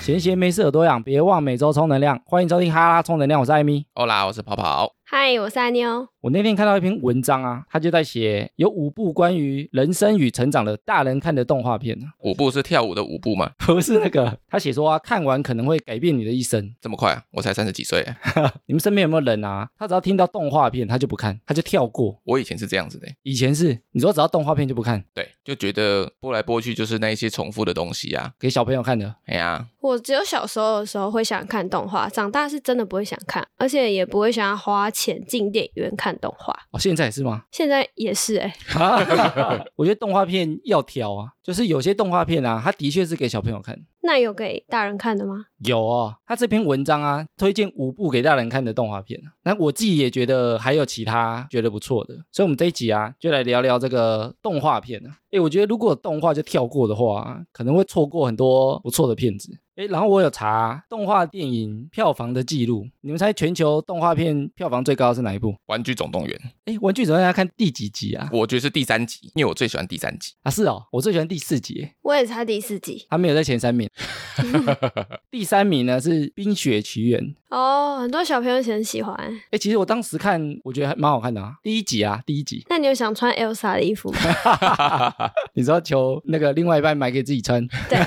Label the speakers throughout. Speaker 1: 闲闲没事耳朵痒，别忘每周充能量。欢迎收听哈拉充能量，我是艾米。
Speaker 2: 欧啦，我是跑跑。
Speaker 3: 嗨，我是阿妞。
Speaker 1: 我那天看到一篇文章啊，他就在写有五部关于人生与成长的大人看的动画片啊，
Speaker 2: 舞步是跳舞的舞步吗？
Speaker 1: 不是那个。他写说啊，看完可能会改变你的一生。
Speaker 2: 这么快、啊？我才三十几岁耶，
Speaker 1: 你们身边有没有人啊？他只要听到动画片，他就不看，他就跳过。
Speaker 2: 我以前是这样子的耶。
Speaker 1: 以前是你说只要动画片就不看，
Speaker 2: 对，就觉得播来播去就是那一些重复的东西啊。
Speaker 1: 给小朋友看的。
Speaker 2: 哎呀，
Speaker 3: 我只有小时候的时候会想看动画，长大是真的不会想看，而且也不会想要花钱进电影院看动画。
Speaker 1: 哦，现在也是吗？
Speaker 3: 现在也是哎、
Speaker 1: 我觉得动画片要挑啊，就是有些动画片啊，它的确是给小朋友看。
Speaker 3: 那有给大人看的吗？
Speaker 1: 有哦，他这篇文章啊，推荐五部给大人看的动画片啊。那我自己也觉得还有其他觉得不错的，所以我们这一集啊，就来聊聊这个动画片啊。诶，我觉得如果动画就跳过的话啊，可能会错过很多不错的片子。诶，然后我有查动画电影票房的记录，你们猜全球动画片票房最高的是哪一部？
Speaker 2: 玩具总动员，
Speaker 1: 诶，《玩具总动员》要看第几集啊？
Speaker 2: 我觉得是第三集，因为我最喜欢第三集。
Speaker 1: 啊，是哦，我最喜欢第四集耶，
Speaker 3: 我也才第四集
Speaker 1: 它没有在前三名。 第三名呢是《冰雪奇缘》，
Speaker 3: 哦，很多小朋友很喜欢。，
Speaker 1: 哎、其实我当时看，我觉得还蛮好看的啊。第一集啊，第一集
Speaker 3: 那你有想穿 Elsa 的衣服吗？
Speaker 1: 你知道求那个另外一半买给自己穿。
Speaker 3: 对，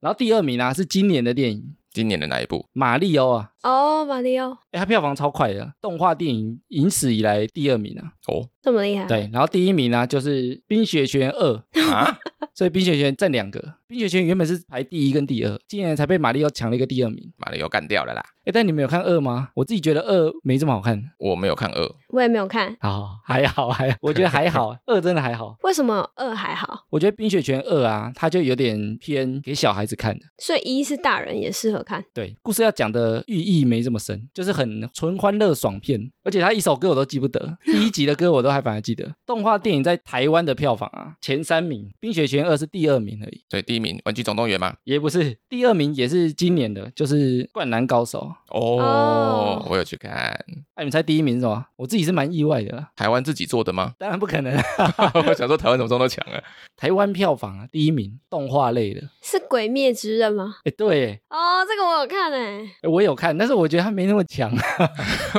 Speaker 1: 然后第二名啊是今年的电影《
Speaker 2: 今年的哪一部？
Speaker 1: 马里奥》啊，
Speaker 3: 哦，马里奥
Speaker 1: 哎，它票房超快的，动画电影影史以来第二名啊。
Speaker 2: 哦
Speaker 3: 这么厉害，
Speaker 1: 对，然后第一名呢、就是《冰雪奇缘二》，
Speaker 2: 啊，
Speaker 1: 所以《冰雪奇缘》占两个，《冰雪奇缘》原本是排第一跟第二，今年才被马里奥抢了一个第二名。
Speaker 2: 马里奥干掉了啦。
Speaker 1: 哎，但你们有看二吗？我自己觉得二没这么好看。
Speaker 2: 我没有看二，
Speaker 3: 我也没有看。
Speaker 1: 好， 还好，还好，我觉得还好， 二真的还好。
Speaker 3: 为什么二还好？
Speaker 1: 我觉得《冰雪奇缘二》啊，它就有点偏给小孩子看的。
Speaker 3: 所以一是大人也适合看。
Speaker 1: 对，故事要讲的寓意没这么深，就是很纯欢乐爽片，而且它一首歌我都记不得，第一集的歌我都还反而记得。动画电影在台湾的票房啊，前三名，《冰雪奇缘二》是第二名而已，
Speaker 2: 所以第一名《玩具总动员》吗？
Speaker 1: 也不是第二名，也是今年的，就是《灌篮高手》。
Speaker 2: 哦
Speaker 3: 哦
Speaker 2: 我有去看，
Speaker 1: 哎、你们猜第一名是什么？我自己是蛮意外的啦，？
Speaker 2: 台湾自己做的吗
Speaker 1: 当然不可能，
Speaker 2: 我想说台湾怎么这么多强啊？
Speaker 1: 台湾票房啊，第一名动画类的。
Speaker 3: 是《鬼灭之刃》吗？
Speaker 1: 哎，对耶，
Speaker 3: 哦，这个我有看哎、
Speaker 1: 哎我有看，但是我觉得它没那么强。啊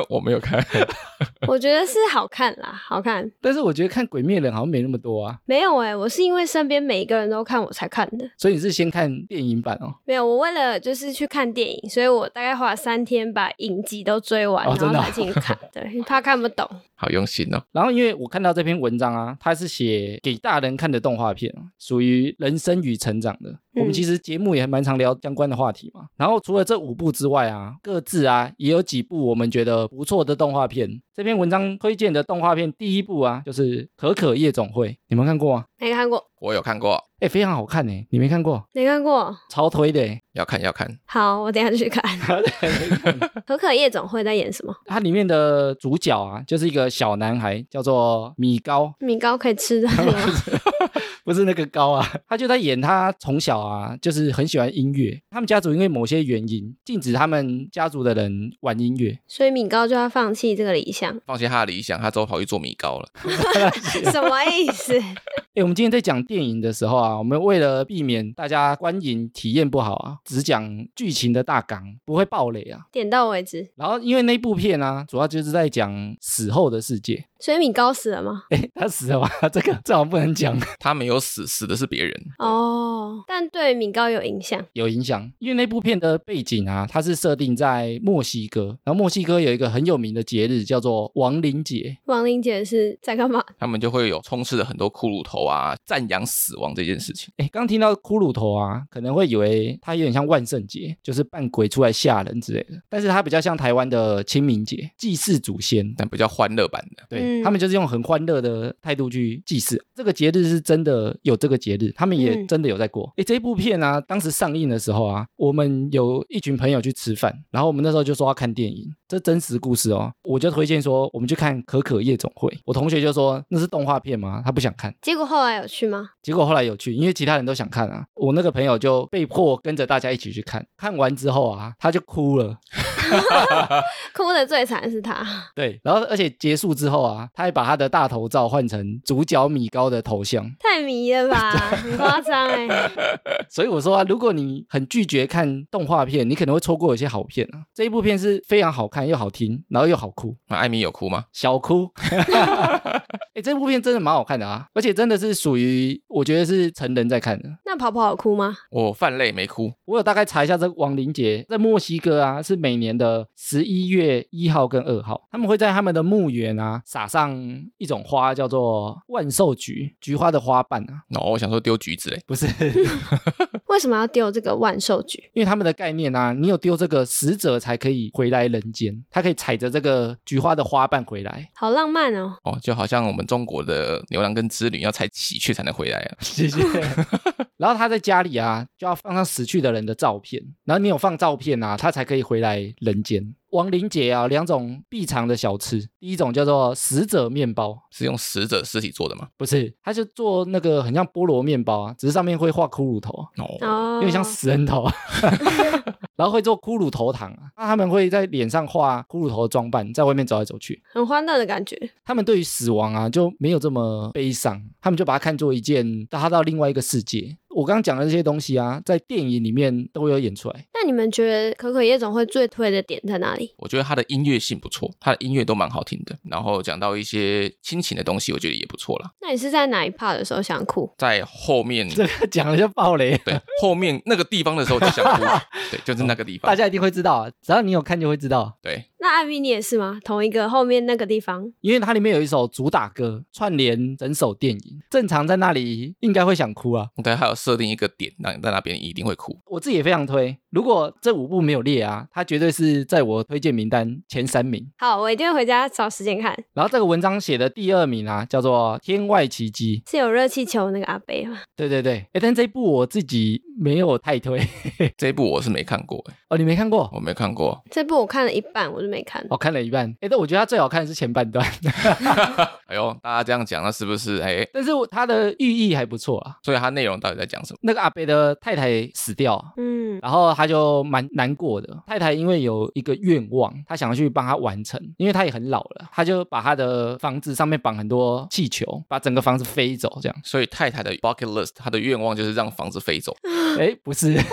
Speaker 2: 我没有看，
Speaker 3: 我觉得是好看啦，好看。
Speaker 1: 但是我觉得看《鬼灭人》好像没那么多啊，
Speaker 3: 没有哎、我是因为身边每一个人都看我才看的。
Speaker 1: 所以你是先看电影版哦。
Speaker 3: 没有，我为了就是去看电影，所以我大概花了三天把影集都追完，
Speaker 1: 哦真
Speaker 3: 然
Speaker 1: 的哦
Speaker 3: 后才进去看。对，怕看不懂。
Speaker 2: 好用心哦。
Speaker 1: 然后因为我看到这篇文章啊，它是写给大人看的动画片啊，属于人生与成长的。我们其实节目也还蛮常聊相关的话题嘛。然后除了这五部之外啊，各自啊也有几部我们觉得不错的动画片。这篇文章推荐的动画片第一部啊，就是《可可夜总会》，你们看过吗？
Speaker 3: 没看过，
Speaker 2: 我有看过，
Speaker 1: 哎，非常好看呢、你没看过？
Speaker 3: 没看过。
Speaker 1: 超推的、欸，
Speaker 2: 要看要看。，
Speaker 3: 好，我等一下就去看。可可夜总会在演什么？
Speaker 1: 它里面的主角啊，就是一个小男孩，叫做米高，
Speaker 3: 米糕可以吃的那个 吗
Speaker 1: 不是那个高啊，他就在演他从小啊，就是很喜欢音乐。他们家族因为某些原因，禁止他们家族的人玩音乐。
Speaker 3: 所以米糕就要放弃这个理想
Speaker 2: 放弃他的理想，他之后跑去做米糕了。
Speaker 3: 什么意思？
Speaker 1: 诶，我们今天在讲电影的时候啊，我们为了避免大家观影体验不好啊，只讲剧情的大纲，不会爆雷啊。
Speaker 3: 点到为止。
Speaker 1: 然后因为那部片啊，主要就是在讲死后的世界。
Speaker 3: 所以米糕死了吗？
Speaker 1: 诶，他死了吗？这个这好像不能讲，
Speaker 2: 他没有死，死的是别人。
Speaker 3: 哦，但对米糕有影响。
Speaker 1: 有影响，因为那部片的背景啊，它是设定在墨西哥，然后墨西哥有一个很有名的节日叫做亡灵节。
Speaker 3: 王玲姐是在干嘛？
Speaker 2: 他们就会有充斥了很多骷髅头啊，赞扬死亡这件事情。
Speaker 1: 哎，刚听到骷髅头啊，可能会以为它有点像万圣节，就是扮鬼出来吓人之类的。但是它比较像台湾的清明节，祭祀祖先。
Speaker 2: 但比较欢乐版的，
Speaker 1: 对、
Speaker 3: 嗯
Speaker 1: 他们就是用很欢乐的态度去祭祀这个节日，是真的有这个节日，他们也
Speaker 3: 嗯
Speaker 1: 真的有在过。哎、这部片啊，当时上映的时候啊，我们有一群朋友去吃饭，然后我们那时候就说要看电影，这真实故事哦，我就推荐说我们去看《可可夜总会》，我同学就说那是动画片吗？他不想看。
Speaker 3: 结果后来有去吗？
Speaker 1: 结果后来有去，因为其他人都想看啊，我那个朋友就被迫跟着大家一起去看。看完之后啊，他就哭了，
Speaker 3: 哭的最惨是他，
Speaker 1: 对，然后而且结束之后啊，他还把他的大头照换成主角米高的头像，
Speaker 3: 太迷了 吧，很夸张哎。
Speaker 1: 所以我说啊，如果你很拒绝看动画片，你可能会错过一些好片啊。这一部片是非常好看又好听，然后又好哭，
Speaker 2: 那艾米有哭吗？
Speaker 1: 小哭。 哎、这部片真的蛮好看的啊，而且真的是属于我觉得是成人在看的。
Speaker 3: 那跑跑有哭吗？
Speaker 2: 我泛泪没哭，
Speaker 1: 我有大概查一下，这个亡灵节在墨西哥啊，是每年的十一月一号跟二号，他们会在他们的墓园啊撒上一种花，叫做万寿菊，菊花的花瓣啊，
Speaker 2: 然后我想说丢橘子嘞，
Speaker 1: 不是。
Speaker 3: 为什么要丢这个万寿菊？
Speaker 1: 因为他们的概念啊，你有丢这个死者才可以回来人间，他可以踩着这个菊花的花瓣回来。
Speaker 3: 好浪漫哦！
Speaker 2: 哦，就好像我们中国的牛郎跟织女要踩喜鹊才能回来啊。
Speaker 1: 谢谢。然后他在家里啊，就要放上死去的人的照片，然后你有放照片啊，他才可以回来人间。亡灵节啊，两种必尝的小吃，第一种叫做死者面包，
Speaker 2: 是用死者尸体做的吗？
Speaker 1: 不是，他就做那个很像菠萝面包啊，只是上面会画骷髅头啊。
Speaker 2: 哦，
Speaker 3: 哦
Speaker 1: 有，点像死人头，啊然后会做骷髅头糖啊，那他们会在脸上画骷髅头的装扮，在外面走来走去。
Speaker 3: 很欢乐的感觉。
Speaker 1: 他们对于死亡啊就没有这么悲伤，他们就把它看作一件，带他到另外一个世界。我刚刚讲的这些东西啊，在电影里面都有演出来。
Speaker 3: 那你们觉得可可夜总会最推的点在哪里？
Speaker 2: 我觉得他的音乐性不错，他的音乐都蛮好听的，然后讲到一些亲情的东西，我觉得也不错啦。
Speaker 3: 那你是在哪一 part 的时候想哭？
Speaker 2: 在后面，
Speaker 1: 这个讲了就爆雷，
Speaker 2: 对，后面那个地方的时候就想 哭，对，就是那个地
Speaker 1: 大
Speaker 2: 方，
Speaker 1: 家一定会知道啊，只要你有看就会知道。
Speaker 2: 对，
Speaker 3: 那艾米你也是吗？同一个后面那个地方，
Speaker 1: 因为它里面有一首主打歌串联整首电影，正常在那里应该会想哭啊。
Speaker 2: 对，还有设定一个点，让你在那边一定会哭。
Speaker 1: 我自己也非常推，如果这五部没有列啊，它绝对是在我推荐名单前三名。
Speaker 3: 好，我一定会回家找时间看。
Speaker 1: 然后这个文章写的第二名啊，叫做《天外奇迹》。
Speaker 3: 是有热气球那个阿贝吗？
Speaker 1: 对对对，哎，但这一部我自己没有太推
Speaker 2: 这一部我是没看过，欸
Speaker 1: 哦，你没看过？
Speaker 2: 我没看过。
Speaker 3: 这部我看了一半，我就没看。
Speaker 1: 我、看了一半，哎，但我觉得它最好看的是前半段，
Speaker 2: 哎呦，大家这样讲，那是不是？哎，
Speaker 1: 但是我它的寓意还不错啊。
Speaker 2: 所以它内容到底在讲什么？
Speaker 1: 那个阿北的太太死掉啊，
Speaker 3: 嗯，
Speaker 1: 然后他就蛮难过的。太太因为有一个愿望，他想要去帮他完成，因为他也很老了，他就把他的房子上面绑很多气球，把整个房子飞走这样。
Speaker 2: 所以太太的 bucket list，她的愿望就是让房子飞走。
Speaker 1: 哎，不是。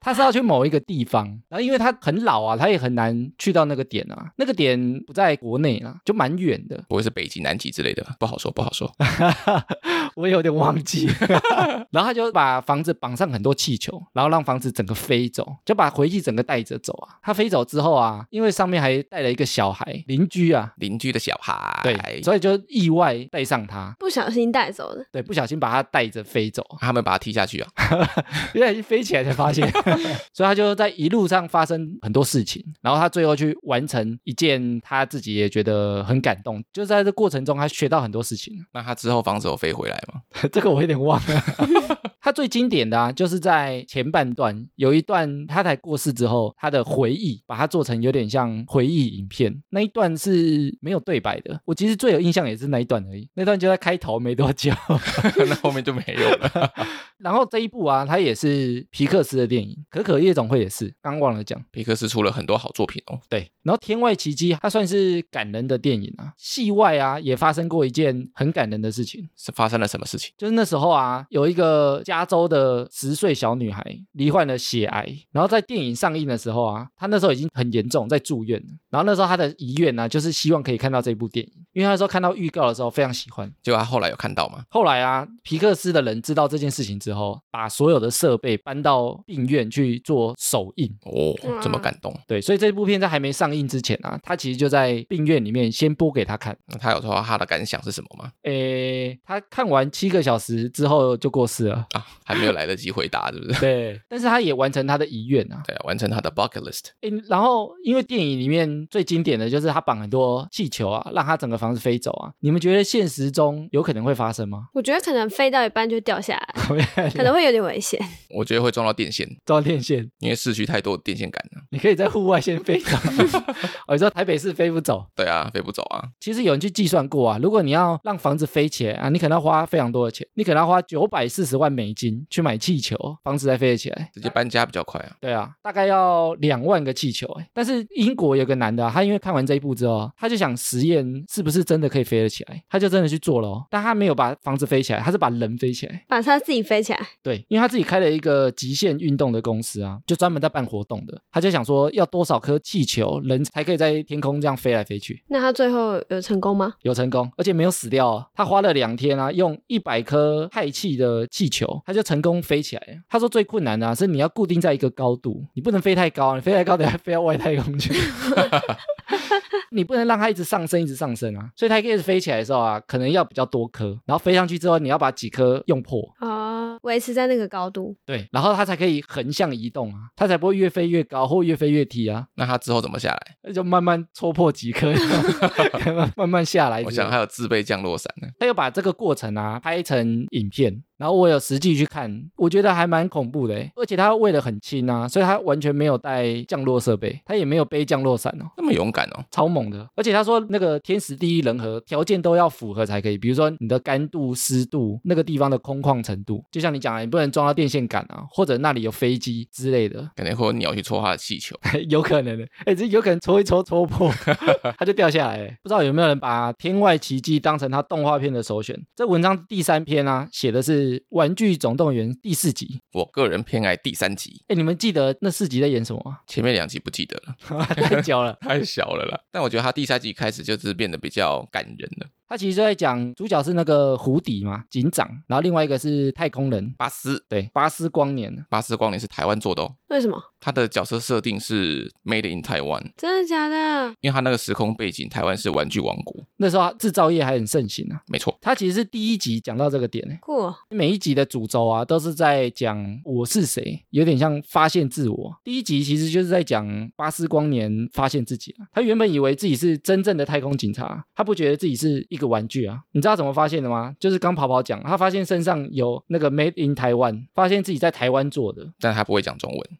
Speaker 1: 他是要去某一个地方，然后因为他很老啊，他也很难去到那个点啊，那个点不在国内啊，就蛮远的。
Speaker 2: 不会是北极、南极之类的吧？不好说，不好说。
Speaker 1: 我也有点忘记。 然后他就把房子绑上很多气球，然后让房子整个飞走，就把回忆整个带着走啊。他飞走之后啊，因为上面还带了一个小孩邻居啊，
Speaker 2: 邻居的小孩，
Speaker 1: 对，所以就意外带上他。
Speaker 3: 不小心带走的。
Speaker 1: 对，不小心把他带着飞走，
Speaker 2: 他们把他踢下去啊。
Speaker 1: 因为飞起来才发 现，所以他就在一路上发生很多事情，然后他最后去完成一件他自己也觉得很感动，就在这过程中他学到很多事情。
Speaker 2: 那他之后房子有飞回来吗？
Speaker 1: 这个我有点忘了。 他最经典的啊，就是在前半段有一段他才过世之后，他的回忆把它做成有点像回忆影片，那一段是没有对白的。我其实最有印象也是那一段而已，那段就在开头没多久。
Speaker 2: 那后面就没有了。
Speaker 1: 然后这一部啊，它也是皮克斯的电影，《可可夜总会》也是，刚忘了讲。
Speaker 2: 皮克斯出了很多好作品哦。
Speaker 1: 对，然后《天外奇迹》它算是感人的电影啊，戏外啊也发生过一件很感人的事情。
Speaker 2: 是发生了什么事情？
Speaker 1: 就是那时候啊，有一个加州的十岁小女孩罹患了血癌，然后在电影上映的时候啊，她那时候已经很严重，在住院了。然后那时候她的遗愿呢、啊就是希望可以看到这部电影，因为她那时候看到预告的时候非常喜欢。
Speaker 2: 结果他后来有看到吗？
Speaker 1: 后来啊，皮克斯的人知道这件事情之后，把所有的设备搬到病院去做首映。
Speaker 2: 哦
Speaker 3: 哇，
Speaker 2: 这么感动。
Speaker 1: 对，所以这部片在还没上映之前啊，他其实就在病院里面先播给她看。
Speaker 2: 那他有说他的感想是什么吗？
Speaker 1: 诶，她看完七个小时之后就过世了。
Speaker 2: 啊，还没有来得及回答，是不 是？
Speaker 1: 对，但是她也完成她的遗愿啊。
Speaker 2: 对啊，完成他的 bucket list。
Speaker 1: 诶，然后因为电影里面最经典的就是他绑很多气球啊，让他整个房子飞走啊。你们觉得现实中有可能会发生 吗？
Speaker 3: 我觉得可能飞到一半就掉下 来，
Speaker 1: 啊
Speaker 3: 可能会有点危险。
Speaker 2: 我觉得会撞到电线，
Speaker 1: 照电线，
Speaker 2: 因为市区太多电线杆了。
Speaker 1: 你可以在户外先飞走。我、你说台北市飞不走，
Speaker 2: 对啊，飞不走啊。
Speaker 1: 其实有人去计算过啊，如果你要让房子飞起来啊，你可能要花非常多的钱，你可能要花九百四十万美金去买气球，房子才飞得起来。
Speaker 2: 直接搬家比较快啊。
Speaker 1: 对啊，大概要两万个气球、欸。但是英国有个男的、啊，他因为看完这一部之后，啊他就想实验是不是真的可以飞得起来，他就真的去做了、哦。但他没有把房子飞起来，他是把人飞起来。
Speaker 3: 把它自己飞起来，
Speaker 1: 对，因为他自己开了一个极限运动的公司啊，就专门在办活动的。他就想说，要多少颗气球，人才可以在天空这样飞来飞去？
Speaker 3: 那他最后有成功吗？
Speaker 1: 有成功，而且没有死掉啊！他花了两天啊，用一百颗氦气的气球，他就成功飞起来了。他说最困难的、啊、是你要固定在一个高度，你不能飞太高啊，你飞太高等下飞到外太空去。 你不能让它一直上升，一直上升啊，所以它一直飞起来的时候啊，可能要比较多颗，然后飞上去之后，你要把几颗用破，
Speaker 3: 啊，维持在那个高度，
Speaker 1: 对，然后它才可以横向移动啊，它才不会越飞越高或越飞越低啊，
Speaker 2: 那他之后怎么下来？
Speaker 1: 那就慢慢戳破几颗，慢慢下来之类的。
Speaker 2: 我想还有自备降落伞呢。
Speaker 1: 他又把这个过程啊拍成影片，然后我有实际去看，我觉得还蛮恐怖的欸，而且他喂的很轻啊，所以他完全没有带降落设备，他也没有背降落伞哦。
Speaker 2: 那么勇敢哦，
Speaker 1: 超猛的，而且他说那个天时地利人和条件都要符合才可以，比如说你的干度、湿度，那个地方的空旷程度，就像你讲的，你不能装到电线杆啊，或者那里有飞机之类的，
Speaker 2: 感觉会有鸟去戳他的气球，
Speaker 1: 有可能的，哎、这有可能戳一戳戳破，它就掉下来了。不知道有没有人把《天外奇迹》当成他动画片的首选？这文章第三篇啊，写的是《玩具总动员》第四集。
Speaker 2: 我个人偏爱第三集，
Speaker 1: 哎，你们记得那四集在演什么吗？
Speaker 2: 前面两集不记得了，
Speaker 1: 太久了。
Speaker 2: 太小了啦。但我觉得他第三集开始就是变得比较感人了。
Speaker 1: 他其实就在讲主角是那个胡迪嘛，警长，然后另外一个是太空人，
Speaker 2: 巴斯，
Speaker 1: 对，巴斯光年。啊
Speaker 2: 巴斯光年是台湾做的哦，
Speaker 3: 为什么？
Speaker 2: 他的角色设定是 Made in Taiwan，
Speaker 3: 真的假的？
Speaker 2: 因为他那个时空背景，台湾是玩具王国，
Speaker 1: 那时候制造业还很盛行啊。
Speaker 2: 没错。
Speaker 1: 他其实是第一集讲到这个点欸呢，
Speaker 3: 酷哦，
Speaker 1: 每一集的主轴啊都是在讲我是谁，有点像发现自我。第一集其实就是在讲巴斯光年发现自己啊，他原本以为自己是真正的太空警察，他不觉得自己是一个玩具啊。你知道他怎么发现的吗？就是刚跑跑讲，他发现身上有那个 Made in Taiwan，发现自己在台湾做的，
Speaker 2: 但他不会讲中文，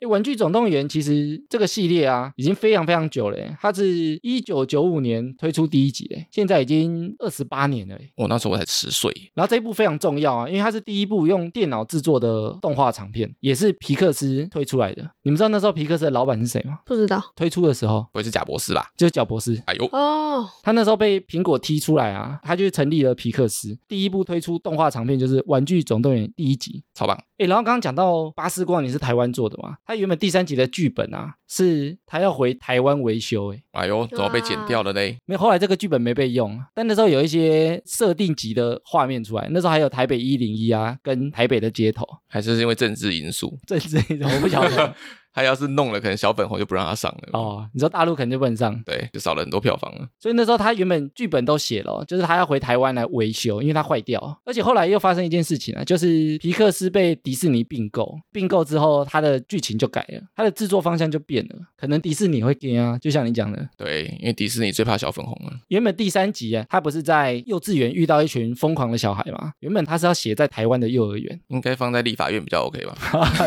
Speaker 1: 欸玩具总动员其实这个系列啊，已经非常非常久了欸。它是一九九五年推出第一集嘞，现在已经二十八年了欸。
Speaker 2: 我那时候我才十岁，
Speaker 1: 然后这一部非常重要啊，因为它是第一部用电脑制作的动画长片，也是皮克斯推出来的。你们知道那时候皮克斯的老板是谁吗？
Speaker 3: 不知道
Speaker 1: 推出的时候
Speaker 2: 不会是贾博士吧？
Speaker 1: 就是乔博斯，
Speaker 2: 哎呦，
Speaker 3: 哦，
Speaker 1: 他那时候被苹果踢出来啊，他就成立了皮克斯。第一部推出动画长片就是《玩具总动员》第一集，
Speaker 2: 超棒！
Speaker 1: 诶，然后刚刚讲到巴斯光年是台湾做的嘛，他原本第三集的剧本啊，是他要回台湾维修，诶，
Speaker 2: 哎呦，怎么被剪掉了嘞？
Speaker 1: 没有，后来这个剧本没被用，啊但那时候有一些设定集的画面出来，那时候还有台北一零一啊，跟台北的街头，
Speaker 2: 还是因为政治因素？
Speaker 1: 这这 我不晓 得
Speaker 2: 他要是弄了，可能小粉红就不让他上了。
Speaker 1: 哦，你说大陆肯定不能上，
Speaker 2: 对，就少了很多票房了。
Speaker 1: 所以那时候他原本剧本都写了哦，就是他要回台湾来维修，因为他坏掉。哦而且后来又发生一件事情啊，就是皮克斯被迪士尼并购，并购之后他的剧情就改了，他的制作方向就变了。可能迪士尼会给啊，就像你讲的，
Speaker 2: 对，因为迪士尼最怕小粉红了。
Speaker 1: 原本第三集啊，他不是在幼稚园遇到一群疯狂的小孩嘛？原本他是要写在台湾的幼儿园，
Speaker 2: 应该放在立法院比较 OK 吧？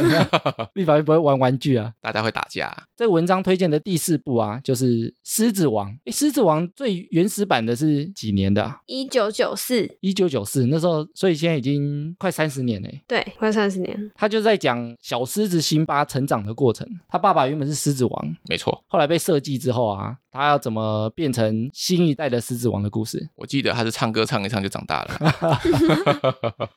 Speaker 1: 立法院不会玩玩具啊。
Speaker 2: 大家会打架啊、
Speaker 1: 这文章推荐的第四部啊，就是《狮子王》。诶，《狮子王》最原始版的是几年的、啊？
Speaker 3: 一九九四，
Speaker 1: 一九九四那时候，所以现在已经快三十年嘞。
Speaker 3: 对，快三十年，
Speaker 1: 他就在讲小狮子辛巴成长的过程。他爸爸原本是狮子王，
Speaker 2: 没错，
Speaker 1: 后来被设计之后啊，他要怎么变成新一代的狮子王的故事？
Speaker 2: 我记得他是唱歌唱一唱就长大了，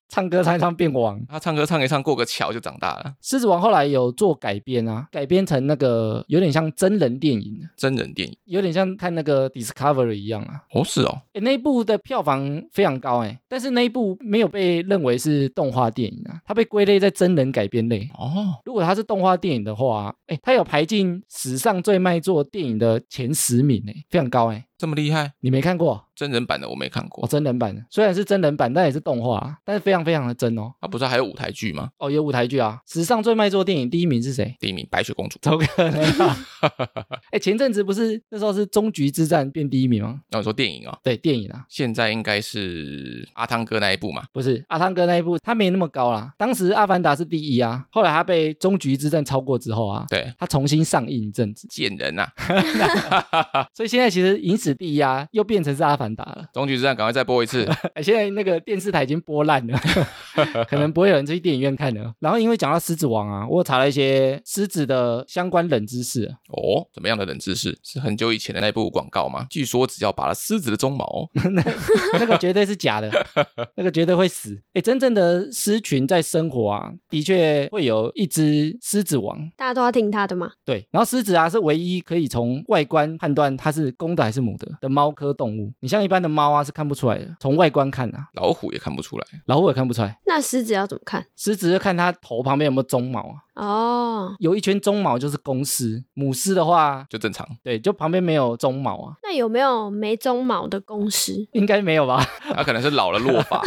Speaker 1: 唱歌唱一唱变王。
Speaker 2: 他唱歌唱一唱过个桥就长大了，
Speaker 1: 狮子王后来有做改编啊，改编成那个有点像真人电影，
Speaker 2: 真人电影
Speaker 1: 有点像看那个 Discovery 一样啊。
Speaker 2: 哦，是哦，
Speaker 1: 诶那一部的票房非常高诶，但是那一部没有被认为是动画电影啊，它被归类在真人改编类。
Speaker 2: 哦，
Speaker 1: 如果它是动画电影的话，哎，它有排进史上最卖座电影的前十名，哎，非常高哎。
Speaker 2: 这么厉害，
Speaker 1: 你没看过
Speaker 2: 真人版的我没看
Speaker 1: 哦？
Speaker 2: 过，
Speaker 1: 真人版虽然是真人版，但也是动画啊，但是非常非常的真哦。
Speaker 2: 他啊不是还有舞台剧吗？
Speaker 1: 哦，有舞台剧啊，史上最卖座电影第一名是 谁？
Speaker 2: 第一名白雪公主，
Speaker 1: 怎么可能啊！哎，前阵子不是那时候是终局之战变第一名吗？
Speaker 2: 那我说电影啊、哦，
Speaker 1: 对，电影啊，
Speaker 2: 现在应该是阿汤哥那一部嘛，
Speaker 1: 不是阿汤哥那一部，他没那么高啦。当时《阿凡达》是第一啊，后来他被终局之战超过之后啊，
Speaker 2: 对，
Speaker 1: 他重新上映一阵子，
Speaker 2: 贱人呐、啊，
Speaker 1: 所以现在其实影史第一啊，又变成是《阿凡达》了。
Speaker 2: 终局之战赶快再播一次，
Speaker 1: 哎，现在那个电视台已经播烂了，可能不会有人去电影院看的。然后因为讲到狮子王啊，我查了一些狮子的相关冷知识啊，
Speaker 2: 哦，怎么样的冷知识？是很久以前的那部广告吗？据说只要拔了狮子的鬃毛，
Speaker 1: 那个绝对是假的，那个绝对会死。哎，真正的狮群在生活啊，的确会有一只狮子王。
Speaker 3: 大家都要听他的嘛。
Speaker 1: 对，然后狮子啊是唯一可以从外观判断它是公的还是母的的猫科动物。你像一般的猫啊是看不出来的，从外观看啊，
Speaker 2: 老虎也看不出来。
Speaker 1: 老虎也看不出来。
Speaker 3: 那狮子要怎么看？
Speaker 1: 狮子就看它头旁边有没有鬃毛啊，
Speaker 3: 哦，
Speaker 1: 有一圈鬃毛就是公狮，母狮的话，
Speaker 2: 就正常，
Speaker 1: 对，就旁边没有鬃毛啊，
Speaker 3: 那有没有没鬃毛的公狮？
Speaker 1: 应该没有吧？
Speaker 2: 它可能是老了落发，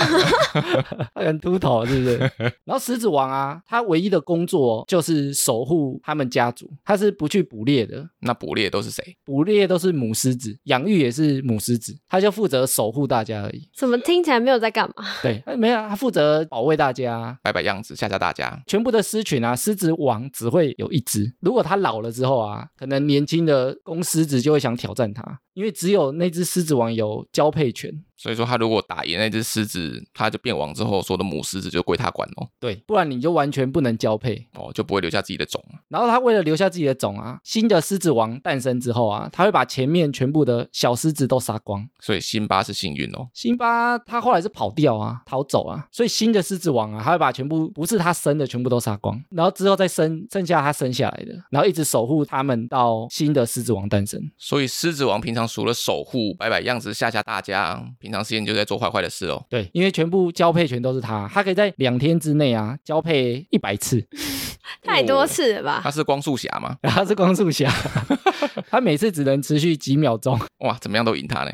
Speaker 1: 它很秃头是不是？然后狮子王啊，它唯一的工作就是守护他们家族，它是不去捕猎的，
Speaker 2: 那捕猎都是谁？
Speaker 1: 捕猎都是母狮子，养育也是母狮子，它就负责守护大家而 已。
Speaker 3: 怎么听起来没有在干嘛？
Speaker 1: 对，哎没有啊，它负责保卫大家啊。
Speaker 2: 摆摆样子吓吓大家。
Speaker 1: 全部的狮群啊，狮子王只会有一只。如果它老了之后啊，可能年轻的公狮子就会想挑战它，因为只有那只狮子王有交配权。
Speaker 2: 所以说，他如果打赢那只狮子，他就变王之后，所有的母狮子就归他管哦，
Speaker 1: 对，不然你就完全不能交配。
Speaker 2: 哦，就不会留下自己的种啊了。
Speaker 1: 然后它为了留下自己的种啊，新的狮子王诞生之后啊，它会把前面全部的小狮子都杀光。
Speaker 2: 所以辛巴是幸运哦，
Speaker 1: 辛巴他后来是跑掉啊，逃走啊，所以新的狮子王啊，他会把全部不是他生的全部都杀光，然后之后再生剩下他生下来的，然后一直守护他们到新的狮子王诞生。
Speaker 2: 所以狮子王平常除了守护、摆摆样子吓吓大家，平常时间就在做坏坏的事哦。
Speaker 1: 对，因为全部交配权都是他，他可以在两天之内啊交配一百次，
Speaker 3: 太多次了吧？
Speaker 2: 哦他是光速侠吗？
Speaker 1: 然后他是光速侠， 他每次只能持续几秒钟，
Speaker 2: 哇，怎么样都赢他呢？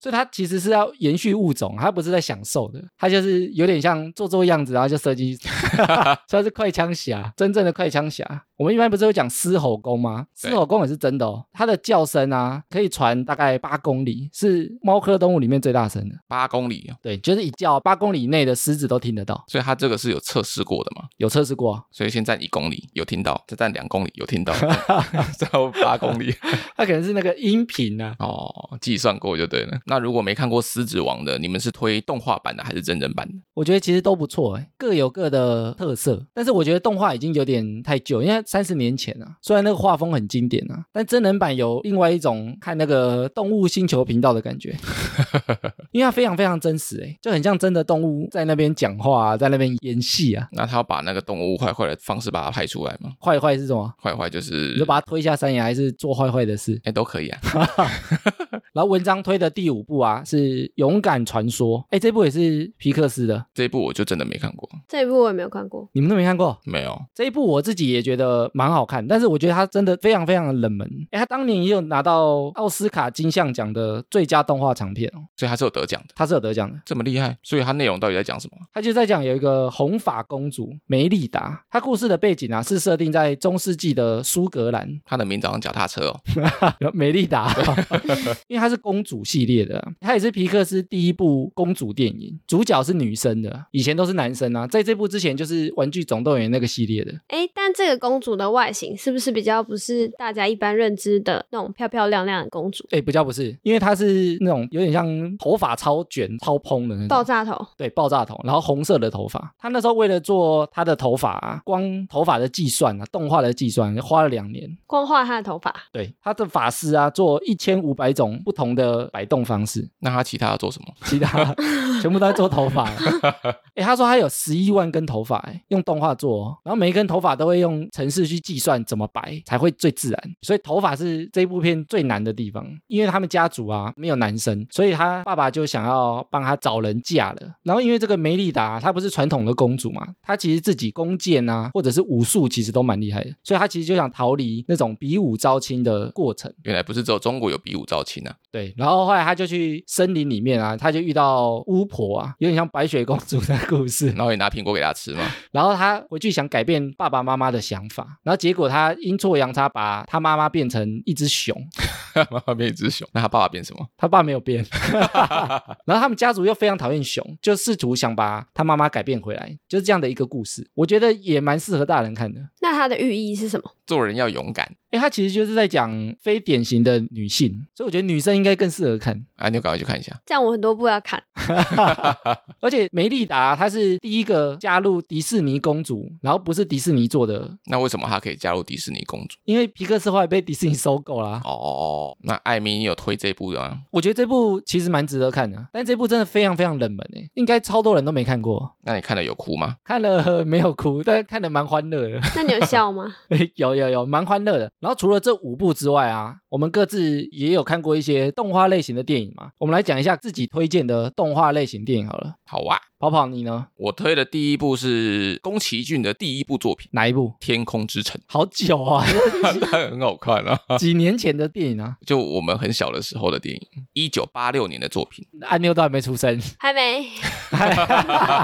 Speaker 1: 所以他其实是要延续物种，他不是在享受的，他就是有点像做做样子，然后就射击， 算是快枪侠，真正的快枪侠。我们一般不是会讲狮吼功吗？
Speaker 2: 对
Speaker 1: 狮吼功也是真的哦，它的叫声啊可以传大概八公里，是猫科动物里面最大声的。
Speaker 2: 八公里哦，
Speaker 1: 对，就是一叫八公里以内的狮子都听得到，
Speaker 2: 所以他这个是有测试过的嘛？
Speaker 1: 有测试过啊，
Speaker 2: 所以先站一公里有听到，再站两公里有听到， 再后八 公里
Speaker 1: 它可能是那个音频啊，
Speaker 2: 哦，计算过就对了。那如果没看过《狮子王》的，你们是推动画版的还是真人版的？
Speaker 1: 我觉得其实都不错，哎，各有各的特色。但是我觉得动画已经有点太旧，因为三十年前啊，虽然那个画风很经典啊，但真人版有另外一种看那个动物星球频道的感觉，因为它非常非常真实，哎，就很像真的动物在那边讲话、啊，在那边演戏啊。
Speaker 2: 那他要把那个动物坏坏的方式把它拍出来吗？
Speaker 1: 坏坏是什么？
Speaker 2: 坏坏就是
Speaker 1: 你就把它推下山崖，还是做坏坏的事？
Speaker 2: 哎都可以啊，
Speaker 1: 然后文章推的第五部啊是《勇敢传说》，哎，这部也是皮克斯的，
Speaker 2: 这一部我就真的没看过，
Speaker 3: 这一部我也没有看过。
Speaker 1: 你们都没看过？
Speaker 2: 没有
Speaker 1: 这一部我自己也觉得蛮好看，但是我觉得它真的非常非常的冷门。哎，它当年也有拿到奥斯卡金像奖的最佳动画长片哦，
Speaker 2: 所以他是有得奖的，
Speaker 1: 它是有得奖的。
Speaker 2: 这么厉害，所以他内容到底在讲什么？
Speaker 1: 它就在讲有一个红发公主梅丽达，她故事的背景啊是设定在中世纪的苏格兰，
Speaker 2: 他的名字好像脚踏车哦，
Speaker 1: 有梅丽达，哦 因为它是公主系列的啊，它也是皮克斯第一部公主电影，主角是女生的，以前都是男生啊，在这部之前就是《玩具总动员》那个系列的，
Speaker 3: 哎，但这个公主的外形是不是比较不是大家一般认知的那种漂漂亮亮的公主？
Speaker 1: 哎，不叫不是，因为它是那种有点像头发超卷、超蓬的那种
Speaker 3: 爆炸头，
Speaker 1: 对，爆炸头，然后红色的头发。他那时候为了做他的头发、啊，光头发的计算啊，动画的计算花了两年。
Speaker 3: 光画她的头发，
Speaker 1: 对，他的发丝啊，做一千五百种不同的摆动方式，
Speaker 2: 那他其他要做什么？
Speaker 1: 其他全部都在做头发。哎，他说他有十一万根头发，哎，用动画做、哦，然后每一根头发都会用程式去计算怎么摆才会最自然，所以头发是这部片最难的地方。因为他们家族啊没有男生，所以他爸爸就想要帮他找人嫁了。然后因为这个梅丽达她不是传统的公主嘛，她其实自己弓箭啊或者是武术其实都蛮厉害的，所以她其实就想逃离那种比武招亲的过程。
Speaker 2: 原来不是只有中国有比武招 亲啊，
Speaker 1: 对，然后后来他就去森林里面啊，他就遇到巫婆啊，有点像白雪公主的故事。
Speaker 2: 然后也拿苹果给他吃嘛，
Speaker 1: 然后他回去想改变爸爸妈妈的想法，然后结果他阴错阳差把他妈妈变成一只熊，
Speaker 2: 妈妈变一只熊，那他爸爸变什么？
Speaker 1: 他爸没有变。 然后他们家族又非常讨厌熊，就试图想把他妈妈改变回来，就是这样的一个故事。我觉得也蛮适合大人看的。
Speaker 3: 那它的寓意是什么？
Speaker 2: 做人要勇敢
Speaker 1: 哎，它其实就是在讲非典型的女性，所以我觉得女生应该更适合看。
Speaker 2: 啊！你就赶快去看一下。
Speaker 3: 这样我很多部要看。
Speaker 1: 而且梅丽达她是第一个加入迪士尼公主，然后不是迪士尼做的，
Speaker 2: 那为什么她可以加入迪士尼公主？
Speaker 1: 因为皮克斯后来被迪士尼收购啦。
Speaker 2: 哦，那艾米你有推这部的吗？
Speaker 1: 我觉得这部其实蛮值得看的，但这部真的非常非常冷门欸诶，应该超多人都没看过。
Speaker 2: 那你看了有哭吗？
Speaker 1: 看了 没有哭，但看的蛮欢乐的。
Speaker 3: 那你有笑 吗？
Speaker 1: 有有有，蛮欢乐的。然后除了这五部之外啊，我们各自也有看过一些动画类型的电影嘛。我们来讲一下自己推荐的动画类型电影好了。
Speaker 2: 好哇、
Speaker 1: 跑跑，你呢？
Speaker 2: 我推的第一部是宫崎骏的第一部作品《
Speaker 1: 哪一部？
Speaker 2: 天空之城
Speaker 1: 好久啊，》，
Speaker 2: 很好看啊，
Speaker 1: 几年前的电影啊，
Speaker 2: 就我们很小的时候的电影，一九八六年的作 品。
Speaker 1: 按钮都还没出生，
Speaker 3: 还没。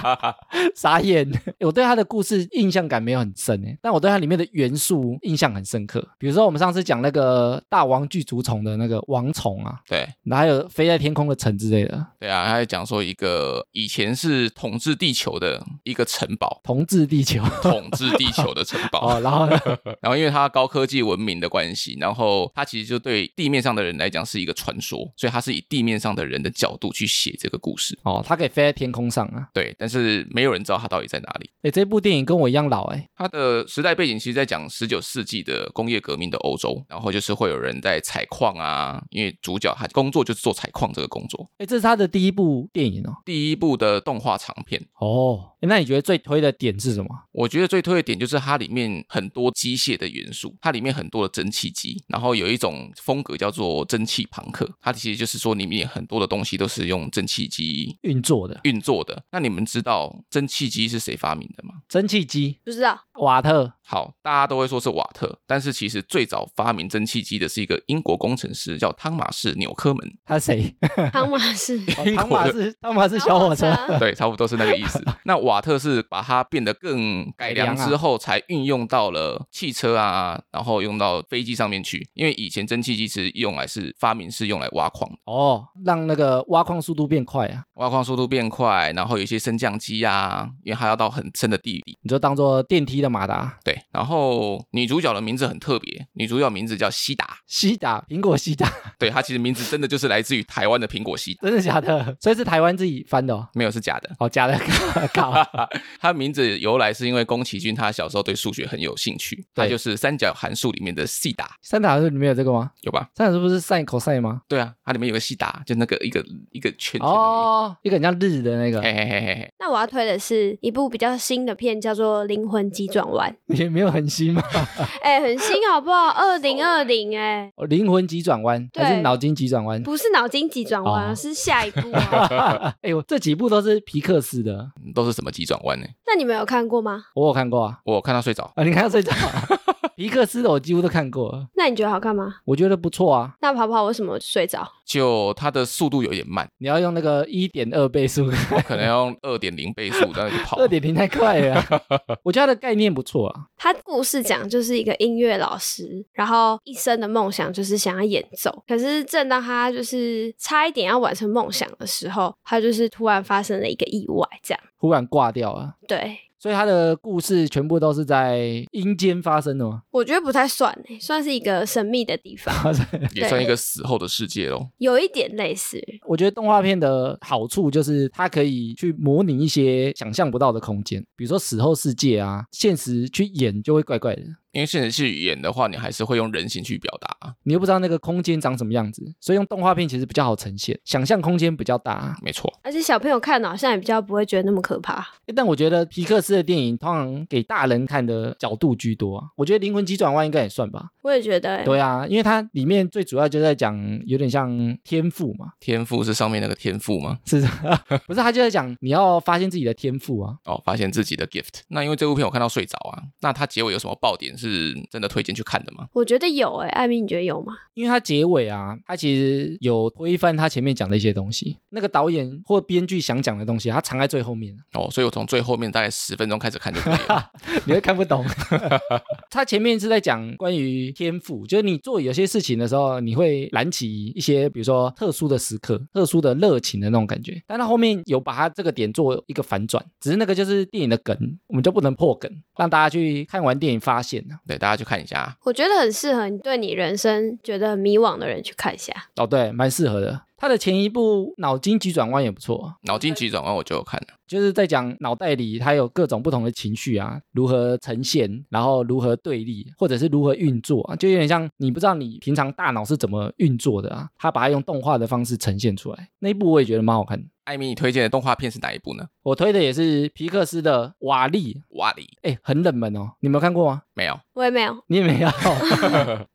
Speaker 1: 傻眼。我对他的故事印象感没有很深欸诶，但我对它里面的元素印象很深刻。比如说我们上次讲那个大王巨足虫的那个王虫啊，
Speaker 2: 对
Speaker 1: 然后还有飞在天空的城之类的，，
Speaker 2: 对啊，他在讲说一个以前是统治地球的一个城堡
Speaker 1: 同治地球。
Speaker 2: 统治地球的城 堡
Speaker 1: 哦，。然后呢？
Speaker 2: 然后因为它高科技文明的关系，然后它其实就对地面上的人来讲是一个传说，所以它是以地面上的人的角度去写这个故事。
Speaker 1: 哦，它可以飞在天空上啊！
Speaker 2: 对，但是没有人知道它到底在哪里。
Speaker 1: 哎，这部电影跟我一样老哎，
Speaker 2: 它的时代背景其实在讲十九世纪的工业革命的欧洲，然后就是会有人在采矿啊，因为主角他工作就是做采矿这个工作。
Speaker 1: 哎，这是他的第一部电影哦。
Speaker 2: 第一部的动画长片，
Speaker 1: 哦，诶那你觉得最推的点是什么？
Speaker 2: 我觉得最推的点就是它里面很多机械的元素，它里面很多的蒸汽机，然后有一种风格叫做蒸汽朋克，它其实就是说里面很多的东西都是用蒸汽机
Speaker 1: 运作的
Speaker 2: 运作的。那你们知道蒸汽机是谁发明的吗？
Speaker 1: 蒸汽机，
Speaker 3: 不知道，
Speaker 1: 瓦特
Speaker 2: 好，大家都会说是瓦特，但是其实最早发明蒸汽机的是一个英国工程师，叫汤马士纽科门。
Speaker 1: 他谁？
Speaker 3: 汤马 士
Speaker 1: 哦
Speaker 2: 英
Speaker 1: 汤
Speaker 2: 国
Speaker 1: 马
Speaker 2: 的
Speaker 1: 士，汤马啊士小火车。
Speaker 2: 对，差不多是那个意思。那瓦特是把它变得更改良
Speaker 1: 改良啊
Speaker 2: 之后，才运用到了汽车啊，然后用到飞机上面去。因为以前蒸汽机其实用来是发明是用来挖矿的，
Speaker 1: 哦，让那个挖矿速度变快啊！
Speaker 2: 挖矿速度变快，然后有一些升降机啊，因为它要到很深的地底。
Speaker 1: 你就当做电梯的马达，
Speaker 2: 对，然后女主角的名字很特别，女主角名字叫西达，
Speaker 1: 西打苹果西打，
Speaker 2: 对，她其实名字真的就是来自于台湾的苹果西达，
Speaker 1: 真的假的？ 所以是台湾自己翻的哦。
Speaker 2: 没有是假的。
Speaker 1: 哦，假的，靠！
Speaker 2: 他名字由来是因为宫崎骏他小时候对数学很有兴趣，他
Speaker 1: 对
Speaker 2: 就是三角函数里面的西达，
Speaker 1: 三打是里面有这个吗？
Speaker 2: 有吧？
Speaker 1: 三打是不是 sin、cos 吗？
Speaker 2: 对啊，它里面有个西达，就那个一个一个圈圈而已。哎
Speaker 1: 哦，一个很像日的那个，
Speaker 2: 嘿嘿嘿嘿嘿，
Speaker 3: 那我要推的是一部比较新的片，叫做《灵魂急转弯》。
Speaker 1: 也没有很新嘛。
Speaker 3: 哎、很新好不好？二零二零哎，
Speaker 1: 哦灵魂急转弯还是
Speaker 3: 对
Speaker 1: 脑筋急转弯？
Speaker 3: 不是脑筋急转弯啊，
Speaker 1: 哦
Speaker 3: 是下一部啊。
Speaker 1: 哎呦，这几部都是皮克斯的，
Speaker 2: 嗯都是什么急转弯呢？
Speaker 3: 那你们有看过吗？
Speaker 1: 我有看过啊。
Speaker 2: 我看到睡着，
Speaker 1: 啊，你看到睡着啊？ 皮克斯的我几乎都看过了，
Speaker 3: 那你觉得好看吗？
Speaker 1: 我觉得不错啊。
Speaker 3: 那跑跑为什么睡着？
Speaker 2: 就它的速度有点慢，
Speaker 1: 你要用那个一点二倍速，
Speaker 2: 我可能要用二点零倍速，然后就跑。
Speaker 1: 二点零太快了 啊。我觉得它的概念不错啊。
Speaker 3: 他故事讲就是一个音乐老师，然后一生的梦想就是想要演奏，可是正当他就是差一点要完成梦想的时候，他就是突然发生了一个意外，这样
Speaker 1: 忽然挂掉啊，
Speaker 3: 对。
Speaker 1: 所以它的故事全部都是在阴间发生的吗？
Speaker 3: 我觉得不太算欸，算是一个神秘的地方，
Speaker 2: 也算一个死后的世界喽。
Speaker 3: 有一点类似。
Speaker 1: 我觉得动画片的好处就是它可以去模拟一些想象不到的空间，比如说死后世界啊，现实去演就会怪怪的，
Speaker 2: 因为现实去演的话，你还是会用人形去表达，
Speaker 1: 你又不知道那个空间长什么样子，所以用动画片其实比较好呈现，想象空间比较大啊。
Speaker 2: 没错。
Speaker 3: 而且小朋友看了好像也比较不会觉得那么可怕。
Speaker 1: 诶但我觉得皮克斯的电影通常给大人看的角度居多啊，我觉得《灵魂急转弯》应该也算吧。
Speaker 3: 我也觉得、欸，
Speaker 1: 对啊，因为它里面最主要就在讲有点像天赋嘛，
Speaker 2: 天赋是上面那个天赋吗？
Speaker 1: 是 不是？他就在讲你要发现自己的天赋啊。
Speaker 2: 哦，发现自己的 gift。那因为这部片我看到睡着啊，那它结尾有什么爆点是真的推荐去看的吗？
Speaker 3: 我觉得有诶、艾米，你觉得有吗？
Speaker 1: 因为它结尾啊，它其实有推翻他前面讲的一些东西，那个导演或编剧想讲的东西，他藏在最后面，
Speaker 2: 哦，所以我从最后面大概十分钟开始看就可以 了。
Speaker 1: 你会看不懂。他前面是在讲关于天赋，就是你做有些事情的时候，你会燃起一些比如说特殊的时刻、特殊的热情的那种感觉。但他后面有把他这个点做一个反转，只是那个就是电影的梗，我们就不能破梗，让大家去看完电影发现啊
Speaker 2: 对，大家去看一下。
Speaker 3: 我觉得很适合你对你人生觉得很迷惘的人去看一下。
Speaker 1: 哦，对，蛮适合的。他的前一部《脑筋急转弯》也不错啊，
Speaker 2: 脑筋急转弯我就有看了，
Speaker 1: 就是在讲脑袋里它有各种不同的情绪啊，如何呈现，然后如何对立，或者是如何运作啊，就有点像你不知道你平常大脑是怎么运作的啊，他把它用动画的方式呈现出来。那一部我也觉得蛮好看的。
Speaker 2: 艾米，你推荐的动画片是哪一部呢？
Speaker 1: 我推的也是皮克斯的《瓦力》，
Speaker 2: 瓦力
Speaker 1: 哎，很冷门哦，你没有看过吗？
Speaker 2: 没有，
Speaker 3: 我也没有，
Speaker 1: 你也没有，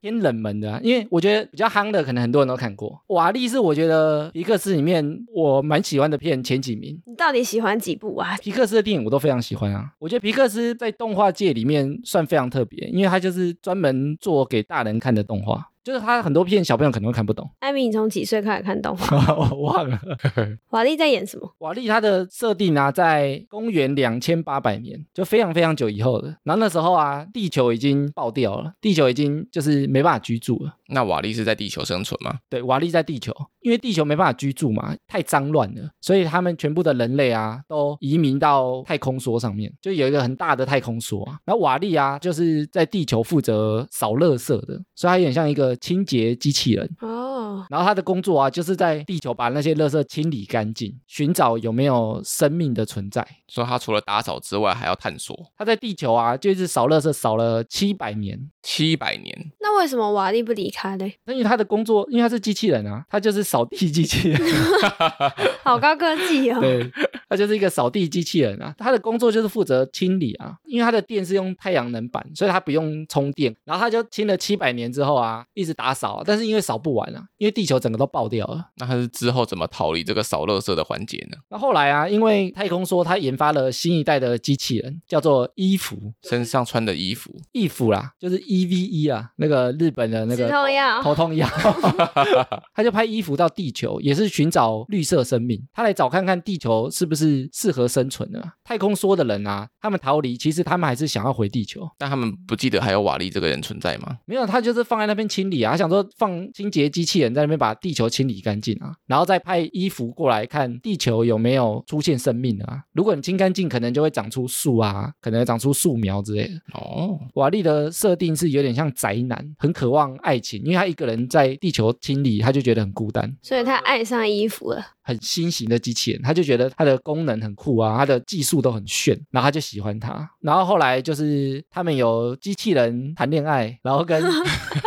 Speaker 1: 偏冷门的啊、因为我觉得比较夯的，可能很多人都看过。瓦力是我觉得皮克斯里面我蛮喜欢的片前几名。
Speaker 3: 你到底喜欢几部啊？
Speaker 1: 皮克斯的电影我都非常喜欢啊，我觉得皮克斯在动画界里面算非常特别，因为它就是专门做给大人看的动画，就是它很多片小朋友可能会看不懂。
Speaker 3: 艾米，你从几岁开始看动画？
Speaker 1: 我忘了，
Speaker 3: 瓦力在演什么？
Speaker 1: 瓦力它的设定啊，在公元两千八百年，就非常非常久以后的。然后那时候啊，地球已经爆掉了，地球已经就是没办法居住了。
Speaker 2: 那瓦力是在地球生存吗？
Speaker 1: 对，瓦砾在地球，因为地球没办法居住嘛，太脏乱了，所以他们全部的人类啊，都移民到太空梭上面，就有一个很大的太空梭啊。然后瓦砾啊，就是在地球负责扫垃圾的，所以它有点像一个清洁机器人。
Speaker 3: 哦，
Speaker 1: 然后他的工作啊，就是在地球把那些垃圾清理干净，寻找有没有生命的存在。
Speaker 2: 说他除了打扫之外，还要探索
Speaker 1: 他在地球啊，就是扫垃圾扫了七百年，
Speaker 2: 七百年。
Speaker 3: 那为什么瓦力不离开嘞？
Speaker 1: 那因为他的工作，因为他是机器人啊，他就是扫地机器人。
Speaker 3: 好高科技哦！
Speaker 1: 对，它就是一个扫地机器人啊，它的工作就是负责清理啊，因为它的电是用太阳能板，所以它不用充电。然后它就清了七百年之后啊，一直打扫啊，但是因为扫不完啊，因为地球整个都爆掉了。
Speaker 2: 那他是之后怎么逃离这个扫垃圾的环节呢？
Speaker 1: 那后来啊，因为太空说它研发了新一代的机器人，叫做衣服，
Speaker 2: 身上穿的衣服，
Speaker 1: 衣服啦，就是 EVE 啊，那个日本的那
Speaker 3: 止
Speaker 1: 个。
Speaker 3: 痛药，
Speaker 1: 头痛药，他就派衣服到地球，也是寻找绿色生命。他来找看看地球是不是适合生存的啊。太空梭的人啊，他们逃离，其实他们还是想要回地球。
Speaker 2: 但他们不记得还有瓦力这个人存在吗？
Speaker 1: 没有，他就是放在那边清理啊，他想说放清洁机器人在那边把地球清理干净啊，然后再派衣服过来看地球有没有出现生命啊。如果你清干净，可能就会长出树啊，可能会长出树苗之类的。
Speaker 2: 哦，
Speaker 1: 瓦力的设定是有点像宅男，很渴望爱情，因为他一个人在地球清理，他就觉得很孤单，
Speaker 3: 所以他爱上衣服了。
Speaker 1: 很新型的机器人，他就觉得它的功能很酷啊，它的技术都很炫，然后他就喜欢它。然后后来就是他们有机器人谈恋爱，然后跟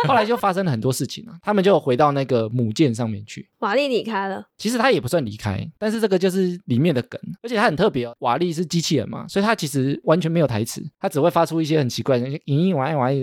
Speaker 1: 后来就发生了很多事情啊，他们就回到那个母舰上面去。
Speaker 3: 瓦力离开了，
Speaker 1: 其实他也不算离开，但是这个就是里面的梗，而且他很特别哦。瓦力是机器人嘛，所以他其实完全没有台词，他只会发出一些很奇怪的“咦咦哇咦哇咦”，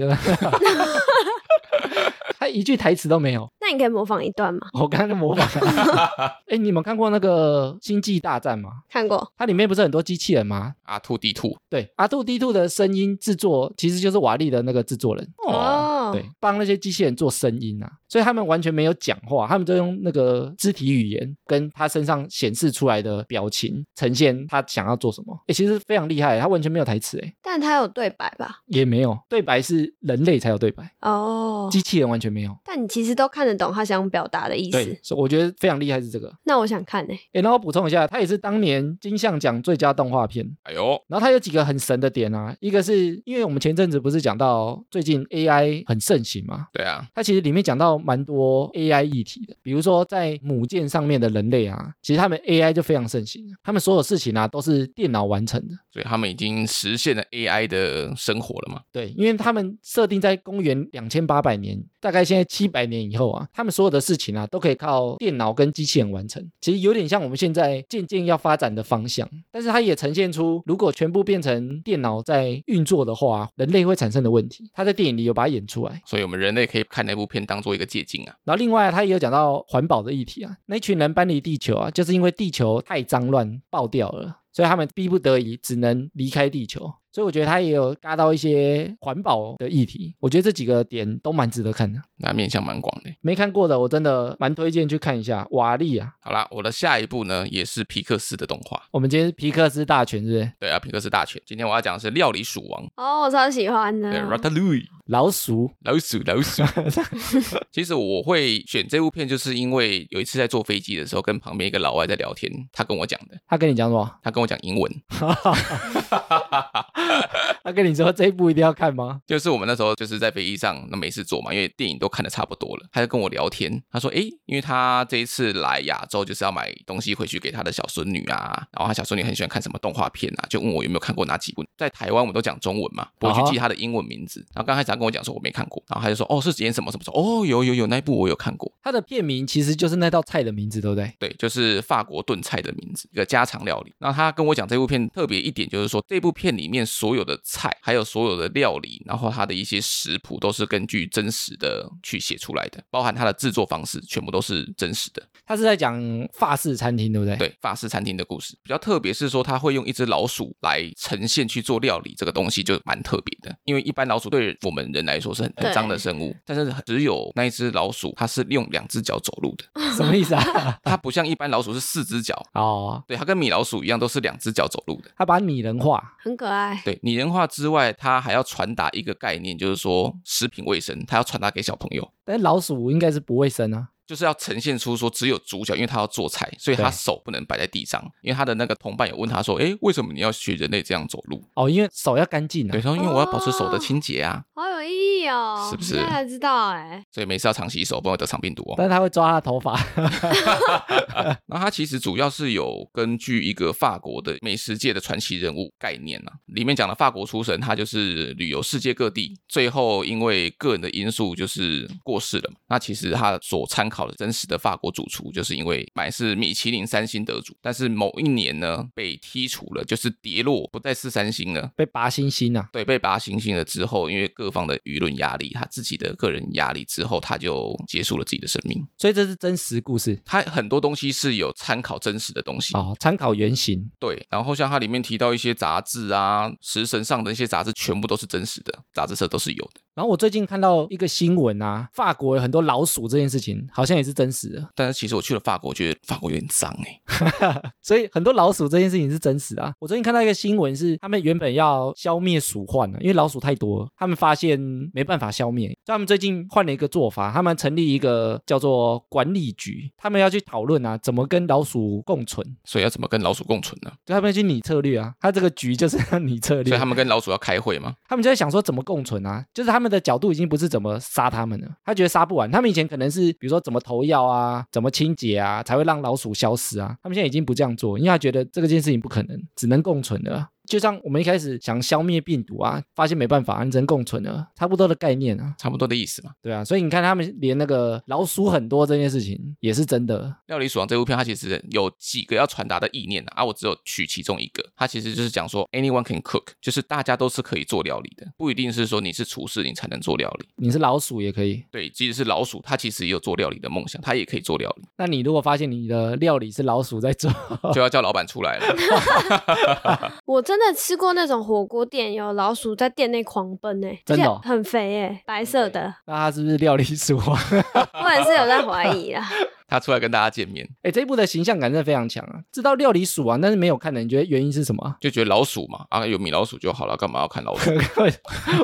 Speaker 1: 他一句台词都没有。
Speaker 3: 那你可以模仿一段吗？
Speaker 1: 我刚才在模仿。 哎、你们看过那个《星际大战》吗？
Speaker 3: 看过，
Speaker 1: 它里面不是很多机器人吗？
Speaker 2: 阿兔地兔，
Speaker 1: 对，阿兔 D 兔的声音制作其实就是瓦力的那个制作人，
Speaker 3: 哦，
Speaker 1: 对，帮那些机器人做声音啊，所以他们完全没有讲话，他们就用那个肢体语言跟他身上显示出来的表情呈现他想要做什么。哎，其实非常厉害，他完全没有台词，哎，
Speaker 3: 但他有对白吧？
Speaker 1: 也没有对白，是人类才有对白，
Speaker 3: 哦，
Speaker 1: 机器人完全没有。
Speaker 3: 但你其实都看得懂他想表达的意
Speaker 1: 对
Speaker 3: 思。，
Speaker 1: 所以我觉得非常厉害是这个。
Speaker 3: 那我想看呢、
Speaker 1: 哎，然后补充一下，他也是当年金像奖最佳动画片，
Speaker 2: 哎呦，
Speaker 1: 然后它有几个很神的点啊，一个是因为我们前阵子不是讲到最近 AI 很盛行嘛，
Speaker 2: 对啊，
Speaker 1: 它其实里面讲到蛮多 AI 议题的，比如说在母舰上面的人类啊，其实他们 AI 就非常盛行，他们所有事情啊都是电脑完成的。
Speaker 2: 所以他们已经实现了 AI 的生活了嘛？
Speaker 1: 对，因为他们设定在公元两千八百年，大概现在七百年以后啊，他们所有的事情啊，都可以靠电脑跟机器人完成。其实有点像我们现在渐渐要发展的方向，但是它也呈现出，如果全部变成电脑在运作的话，人类会产生的问题。他在电影里有把它演出来。
Speaker 2: 所以我们人类可以看那部片当做一个借鉴啊。
Speaker 1: 然后另外、啊、他也有讲到环保的议题啊，那一群人搬离地球啊，就是因为地球太脏乱爆掉了，所以他们逼不得已只能离开地球。所以我觉得他也有嘎到一些环保的议题，我觉得这几个点都蛮值得看的。
Speaker 2: 那面向蛮广的。
Speaker 1: 没看过的，我真的蛮推荐去看一下《瓦力》啊。
Speaker 2: 好啦，我的下一部呢也是皮克斯的动画。
Speaker 1: 我们今天是皮克斯大全是不是？
Speaker 2: 对啊，皮克斯大全。今天我要讲的是《料理鼠王》
Speaker 3: 哦，我超喜欢的
Speaker 2: 对。，Ratatouille。
Speaker 1: 老鼠
Speaker 2: 老鼠，老鼠。其实我会选这部片，就是因为有一次在坐飞机的时候，跟旁边一个老外在聊天，他跟我讲的，
Speaker 1: 他跟你讲什 么？
Speaker 2: 他跟我讲英文，
Speaker 1: 他跟你说这一部一定要看吗？
Speaker 2: 就是我们那时候就是在飞机上，那没事做嘛，因为电影都看的差不多了，他就跟我聊天，他说，诶，因为他这一次来亚洲就是要买东西回去给他的小孙女啊，然后他小孙女很喜欢看什么动画片啊，就问我有没有看过哪几部。在台湾我们都讲中文嘛，不会去记他的英文名字。然后刚开始他跟我讲说我没看过，然后他就说，哦，是演什么什么什么，哦，有有有，那一部我有看过。
Speaker 1: 它的片名其实就是那道菜的名字，对不对？
Speaker 2: 对，就是法国炖菜的名字，一个家常料理。那他跟我讲这部片特别一点，就是说这部片里面所有的菜，还有所有的料理，然后它的一些食谱都是根据真实的去写出来的，包含它的制作方式，全部都是真实的。
Speaker 1: 他是在讲法式餐厅，对不对？，
Speaker 2: 对，法式餐厅的故事比较特别，是说他会用一只老鼠来呈现去做料理，这个东西就蛮特别的。因为一般老鼠对我们人来说是很很
Speaker 3: 对
Speaker 2: 脏的生物，但是只有那一只老鼠，它是用两只脚走路的，
Speaker 1: 什么意思 啊？
Speaker 2: 它不像一般老鼠是四只脚。
Speaker 1: 哦，
Speaker 2: 对，它跟米老鼠一样，都是两只脚走路的。
Speaker 1: 他把拟人化，
Speaker 3: 很可爱。
Speaker 2: 对拟人化之外，它还要传达一个概念，就是说食品卫生，它要传达给小朋友，
Speaker 1: 但老鼠应该是不卫生啊。
Speaker 2: 就是要呈现出说只有主角，因为他要做菜，所以他
Speaker 1: 对
Speaker 2: 手不能摆在地上，因为他的那个同伴有问他说，诶，为什么你要学人类这样走路？
Speaker 1: 哦，因为手要干净啊
Speaker 2: 对，。他说因为我要保持手的清洁啊，
Speaker 3: 好有意义哦，
Speaker 2: 是不是
Speaker 3: 现在才知道哎、
Speaker 2: 所以每次要常洗手，不然会得肠病毒哦。
Speaker 1: 但是他会抓他的头发，
Speaker 2: 那它其实主要是有根据一个法国的美食界的传奇人物概念啊，里面讲的法国厨神，他就是旅游世界各地，最后因为个人的因素就是过世了嘛。那其实他所参考的真实的法国主厨，就是因为本来是米其林三星得主，但是某一年呢被剔除了，就是跌落不再是三星了。
Speaker 1: 被拔星星啊。
Speaker 2: 对，被拔星星了之后，因为各方的舆论压力，他自己的个人压力之后，他就结束了自己的生命。
Speaker 1: 所以这是真实故事
Speaker 2: 他很多东西是有参考真实的东西
Speaker 1: 哦，参考原型。
Speaker 2: 对，然后像它里面提到一些杂志啊，食神上的一些杂志，全部都是真实的，杂志社都是有的。
Speaker 1: 然后我最近看到一个新闻啊，法国有很多老鼠这件事情，好像也是真实的，
Speaker 2: 但是其实我去了法国，我觉得法国有点脏哎、
Speaker 1: 所以很多老鼠这件事情是真实的、啊。我最近看到一个新闻是，他们原本要消灭鼠患啊了，因为老鼠太多了，他们发现没办法消灭，所以他们最近换了一个做法，他们成立一个叫做管理局，他们要去讨论啊，怎么跟老鼠共存，
Speaker 2: 所以要怎么跟老鼠共存呢？
Speaker 1: 就他们要去拟策略啊，他这个局就是要拟策略，
Speaker 2: 所以他们跟老鼠要开会吗？
Speaker 1: 他们就在想说怎么共存啊，就是他们的角度已经不是怎么杀他们了，他觉得杀不完。他们以前可能是比如说怎么投药啊，怎么清洁啊，才会让老鼠消失啊。他们现在已经不这样做，因为他觉得这个件事情不可能，只能共存了。啊就像我们一开始想消灭病毒啊，发现没办法，你只能共存了，差不多的概念啊，
Speaker 2: 差不多的意思嘛。
Speaker 1: 对啊。所以你看他们连那个老鼠很多这件事情也是真的，
Speaker 2: 《料理鼠王》这部片，它其实有几个要传达的意念啊，啊我只有取其中一个。它其实就是讲说，anyone can cook，就是大家都是可以做料理的，不一定是说你是厨师你才能做料理。
Speaker 1: 你是老鼠也可以。
Speaker 2: 对，即使是老鼠，它其实也有做料理的梦想，它也可以做料理，
Speaker 1: 那你如果发现你的料理是老鼠在做，
Speaker 2: 就要叫老板出来了。
Speaker 3: 我真的吃过那种火锅店有老鼠在店内狂奔哎、
Speaker 1: 真的哦
Speaker 3: 而且很肥哎、白色的，
Speaker 1: 那它是不是料理鼠 啊？
Speaker 3: 我也是有在怀疑啦。
Speaker 2: 他出来跟大家见面，
Speaker 1: 哎，这一部的形象感真的非常强啊！知道料理鼠王，但是没有看的，你觉得原因是什么啊？
Speaker 2: 就觉得老鼠嘛，啊，有米老鼠就好了，干嘛要看老鼠？
Speaker 1: 会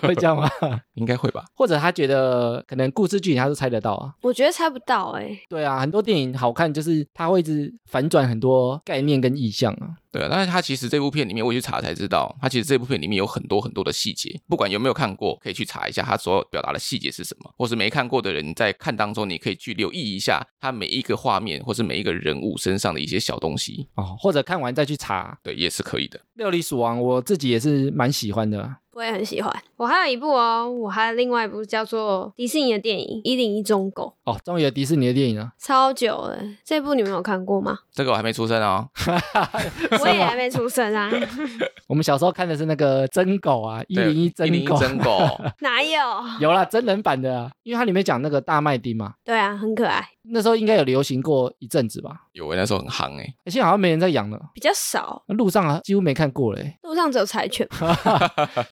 Speaker 1: 会这样吗？
Speaker 2: 应该会吧？
Speaker 1: 或者他觉得可能故事剧情他都猜得到啊？
Speaker 3: 我觉得猜不到哎、
Speaker 1: 对啊，很多电影好看就是它会一直反转很多概念跟意象啊。
Speaker 2: 对啊，但是它其实这部片里面，我也去查才知道，它其实这部片里面有很多很多的细节，不管有没有看过，可以去查一下它所表达的细节是什么，或是没看过的人在看当中，你可以去留意一下它每一个画面或是每一个人物身上的一些小东西，
Speaker 1: 哦，或者看完再去查
Speaker 2: 对，也是可以的。
Speaker 1: 《料理鼠王》，我自己也是蛮喜欢的啊。
Speaker 3: 我也很喜欢。我还有一部哦，我还有另外一部叫做迪士尼的电影《一零一忠狗
Speaker 1: 哦，终于有迪士尼的电影了》，，
Speaker 3: 超久了。这部你们有看过吗？
Speaker 2: 这个我还没出生哦，
Speaker 3: 我也还没出生啊，
Speaker 1: 我们小时候看的是那个真狗啊，《一零一
Speaker 2: 一零
Speaker 1: 真
Speaker 2: 一
Speaker 1: 狗》
Speaker 2: 真狗，
Speaker 3: 哪有？
Speaker 1: 有啦，真人版的啊，因为它里面讲那个大麦町嘛，
Speaker 3: 对啊，很可爱。
Speaker 1: 那时候应该有流行过一阵子吧，
Speaker 2: 有为那时候很夯哎、
Speaker 1: 而且好像没人在养了，
Speaker 3: 比较少，
Speaker 1: 路上啊几乎没看过嘞。
Speaker 3: 路上只有柴犬。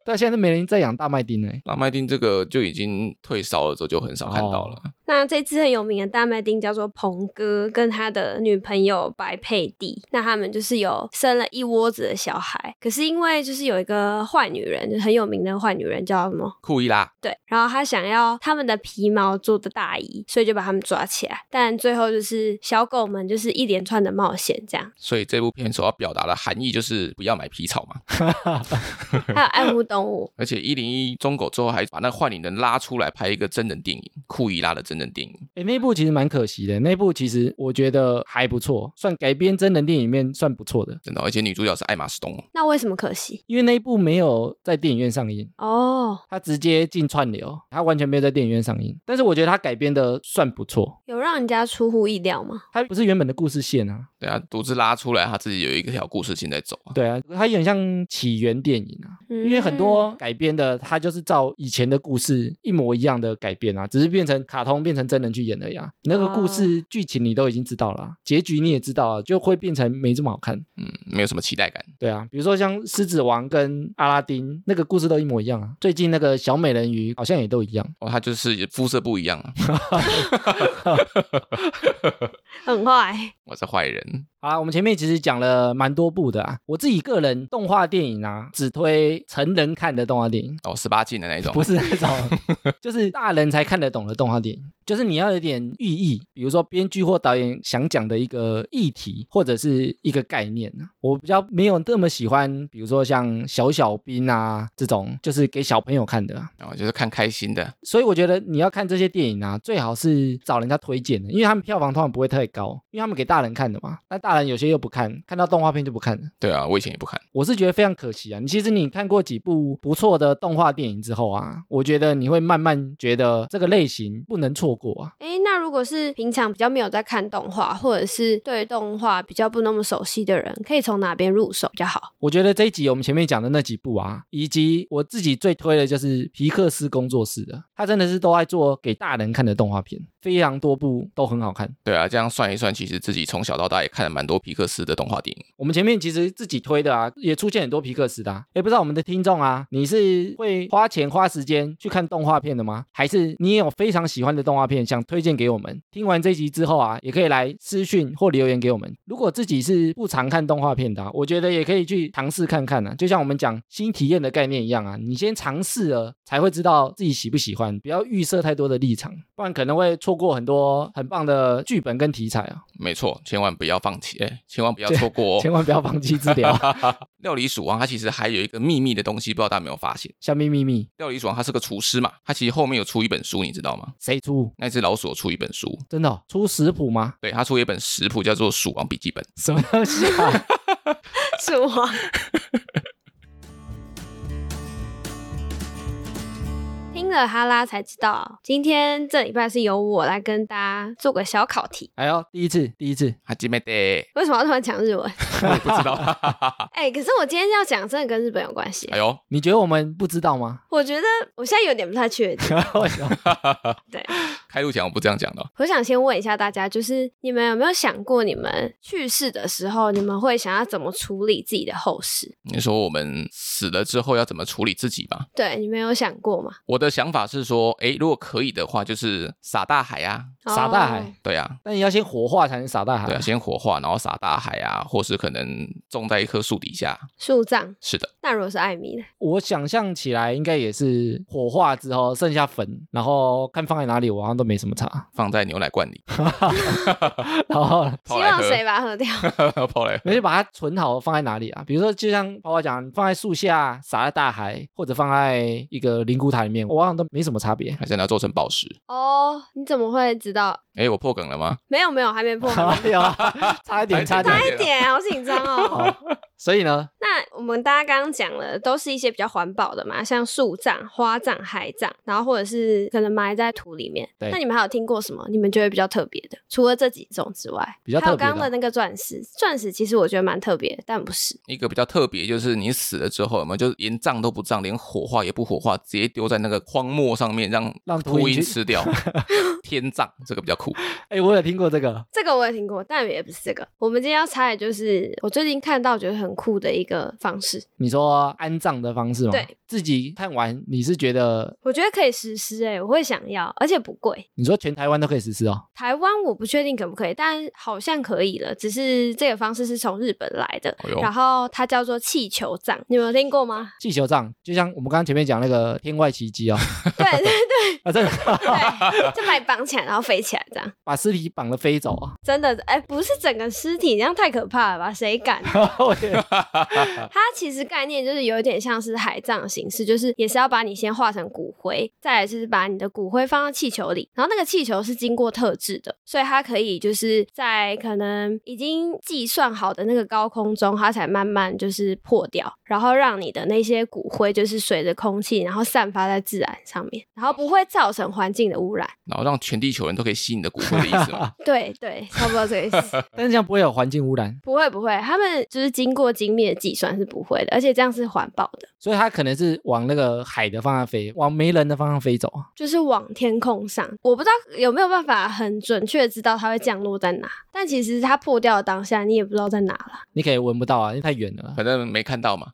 Speaker 1: 但现在都没人在养大麦町嘞。
Speaker 2: 那麦丁这个就已经退烧了之后就很少看到了。
Speaker 3: 那这只很有名的大麦町叫做鹏哥，跟他的女朋友白佩蒂，那他们就是有生了一窝子的小孩。可是因为就是有一个坏女人，就是很有名的坏女人叫什么？
Speaker 2: 库伊拉
Speaker 3: 对，然后他想要他们的皮毛做的大衣，所以就把他们抓起来。但最后就是小狗们就是一连串的冒险， 这样
Speaker 2: 所以这部片所要表达的含义就是不要买皮草嘛。
Speaker 3: 还有爱护动物。
Speaker 2: 而且一零一中狗之后还把那坏女人拉出来拍一个真人电影，库伊拉的真人电影。
Speaker 1: 哎，那部其实蛮可惜的，那部其实我觉得还不错，算改编真人电影里面算不错的，
Speaker 2: 真的，哦而且女主角是艾玛·斯东哦，
Speaker 3: 那为什么可惜？
Speaker 1: 因为那部没有在电影院上映。
Speaker 3: 哦，
Speaker 1: 它直接进串流，它完全没有在电影院上映。但是我觉得它改编的算不错，
Speaker 3: 有让人家出乎意料吗？
Speaker 1: 它不是原本的故事线啊，
Speaker 2: 对啊，独自拉出来，她自己有一条故事线在走啊。
Speaker 1: 对啊，它有点像起源电影啊，因为很
Speaker 3: 嗯
Speaker 1: 多改编的它就是照以前的故事一模一样的改编啊，只是变成卡通变成真人去演而已啊。那个故事剧情你都已经知道了啊、结局你也知道啊，就会变成没这么好看。
Speaker 2: 嗯，没有什么期待感。
Speaker 1: 对啊，比如说像《狮子王》跟《阿拉丁》那个故事都一模一样啊，最近那个小美人鱼好像也都一样。
Speaker 2: 哦，她就是肤色不一样啊，
Speaker 3: 很坏。
Speaker 2: 我是坏人。
Speaker 1: 好啦，我们前面其实讲了蛮多部的啊。我自己个人动画电影啊，只推成人看的动画电影，
Speaker 2: 哦，十八禁的那一种，
Speaker 1: 不是那种就是大人才看得懂的动画电影。就是你要有点寓意，比如说编剧或导演想讲的一个议题或者是一个概念啊。我比较没有那么喜欢，比如说像小小兵啊这种，就是给小朋友看的啊、
Speaker 2: 然后、哦就是看开心的。
Speaker 1: 所以我觉得你要看这些电影啊，最好是找人家推荐的，因为他们票房通常不会太高，因为他们给大人看的嘛。但大人有些又不看，看到动画片就不看了。
Speaker 2: 对啊，我以前也不看。
Speaker 1: 我是觉得非常可惜啊。你其实你看过几部不错的动画电影之后啊，我觉得你会慢慢觉得这个类型不能错过啊。
Speaker 3: 哎，那如果是平常比较没有在看动画，或者是对动画比较不那么熟悉的人，可以从哪边入手比较好？
Speaker 1: 我觉得这一集我们前面讲的那几部啊，以及我自己最推的就是皮克斯工作室的，他真的是都爱做给大人看的动画片，非常多部都很好看。
Speaker 2: 对啊，这样算一算，其实自己从小到大也看了蛮多皮克斯的动画电影。
Speaker 1: 我们前面其实自己推的啊，也出现很多皮克斯的、啊。也不知道我们的听众啊，你是会花钱花时间去看动画片的吗？还是你也有非常喜欢的动画片想推荐给我们？听完这集之后啊，也可以来私讯或留言给我们。如果自己是不常看动画片的、啊，我觉得也可以去尝试看看啊。就像我们讲新体验的概念一样啊，你先尝试了才会知道自己喜不喜欢，不要预设太多的立场，不然可能会错过很多很棒的剧本跟题材啊。
Speaker 2: 没错，千万不要放弃，哎，千万不要错过
Speaker 1: 千
Speaker 2: 哦。
Speaker 1: 万不要放弃治 疗，
Speaker 2: 料理鼠王它其实还有一个秘密的东西，不知道大家有没有发现？
Speaker 1: 小咪咪咪，
Speaker 2: 料理鼠王他是个厨师嘛，他其实后面有出一本书，你知道吗？
Speaker 1: 谁出？
Speaker 2: 那只老鼠有出一本书，
Speaker 1: 真的哦、出食谱吗？
Speaker 2: 对他出一本食谱叫做《鼠王笔记本》。
Speaker 1: 什么东西啊？
Speaker 3: 是我。 听了哈拉才知道，今天这礼拜是由我来跟大家做个小考题。
Speaker 1: 哎呦，第一次，第一次，
Speaker 2: 哈 基梅德，
Speaker 3: 为什么要突然讲日文？
Speaker 2: 我也不知道。
Speaker 3: 哎、可是我今天要讲真的跟日本有关系
Speaker 2: 哎。呦，
Speaker 1: 你觉得我们不知道 吗？
Speaker 3: 我觉得我现在有点不太确定。
Speaker 1: 为什么？
Speaker 3: 对，
Speaker 2: 开路前我不这样讲的哦。
Speaker 3: 我想先问一下大家，就是你们有没有想过，你们去世的时候，你们会想要怎么处理自己的后事？
Speaker 2: 你说我们死了之后要怎么处理自己吧？
Speaker 3: 对，你们有想过吗？
Speaker 2: 我的想法是说，哎，如果可以的话，就是撒大海啊。
Speaker 1: 撒大海
Speaker 3: 哦
Speaker 2: 对啊，
Speaker 1: 但你要先火化才能撒大海。
Speaker 2: 对啊，先火化，然后撒大海啊，或是可能种在一棵树底下。
Speaker 3: 树葬。
Speaker 2: 是的，
Speaker 3: 那如果是艾米呢？
Speaker 1: 我想象起来应该也是火化之后剩下粉，然后看放在哪里，我好像都没什么差。
Speaker 2: 放在牛奶罐里，
Speaker 1: 然后
Speaker 3: 希
Speaker 2: 泡来
Speaker 3: 望谁
Speaker 2: 喝，
Speaker 3: 把它喝掉？
Speaker 2: 泡来喝。
Speaker 1: 我就把它存好放在哪里啊？比如说，就像包括讲，放在树下，撒在大海，或者放在一个灵骨塔里面，我好像都没什么差 别。
Speaker 2: 还是要做成宝石？
Speaker 3: 哦，你怎么会知道？
Speaker 2: 哎，我破梗了吗？
Speaker 3: 没有没有，还 没破。
Speaker 1: 哎呀，差一点，差一点
Speaker 2: 差。
Speaker 3: 啊快一点，好紧张哦。
Speaker 1: 好，所以呢，
Speaker 3: 那我们大家刚刚讲了，都是一些比较环保的嘛，像树葬、花葬、海葬，然后或者是可能埋在土里面。
Speaker 1: 对
Speaker 3: 那你们还有听过什么？你们觉得比较特别的？除了这几种之外，
Speaker 1: 比较
Speaker 3: 还有
Speaker 1: 特别的
Speaker 3: 刚刚的那个钻石，钻石其实我觉得蛮特别的，但不是。
Speaker 2: 一个比较特别，就是你死了之后，有没有就是连葬都不葬，连火化也不火化，直接丢在那个荒漠上面，让
Speaker 1: 让秃
Speaker 2: 秃
Speaker 1: 鹰
Speaker 2: 鹰
Speaker 1: 去
Speaker 2: 吃掉，天葬这个比较酷。
Speaker 1: 哎、我有听过这个，
Speaker 3: 这个我也听过，但也不是这个。我们今天要猜的就是我最近看到觉得很酷的一个方式，
Speaker 1: 你说安葬的方式吗？
Speaker 3: 对，
Speaker 1: 自己看完你是觉得，
Speaker 3: 我觉得可以实施、欸。哎，我会想要，而且不贵。
Speaker 1: 你说全台湾都可以实施哦？？
Speaker 3: 台湾我不确定可不可以，但好像可以了。只是这个方式是从日本来的，
Speaker 2: 哎呦
Speaker 3: 然后它叫做气球葬，你有听过吗
Speaker 1: 气球葬就像我们刚刚前面讲那个天外奇迹哦，
Speaker 3: 对对对
Speaker 1: 啊，真的
Speaker 3: 对，就把你绑起来，然后飞起来这样。
Speaker 1: 把尸体绑了飞走啊！
Speaker 3: 真的，哎、不是整个尸体，这样太可怕了吧？谁敢？
Speaker 1: 我觉得
Speaker 3: 它其实概念就是有点像是海葬的形式，就是也是要把你先化成骨灰，再来就是把你的骨灰放到气球里，然后那个气球是经过特制的，所以它可以就是在可能已经计算好的那个高空中，它才慢慢就是破掉，然后让你的那些骨灰就是随着空气，然后散发在自然上面，然后不会造成环境的污染。
Speaker 2: 然后让全地球人都可以吸你的骨灰的意思 嘛？
Speaker 3: 对对，差不多这个意思。
Speaker 1: 但是这样不会有环境污染，
Speaker 3: 不会不会，他们就是经过精密的计算是不会的，而且这样是环保的。
Speaker 1: 所以它可能是往那个海的方向飞，往没人的方向飞走啊。
Speaker 3: 就是往天空上，我不知道有没有办法很准确地知道它会降落在哪，但其实它破掉的当下，你也不知道在哪了。
Speaker 1: 你可以闻不到啊，因为太远了。
Speaker 2: 反正没看到嘛，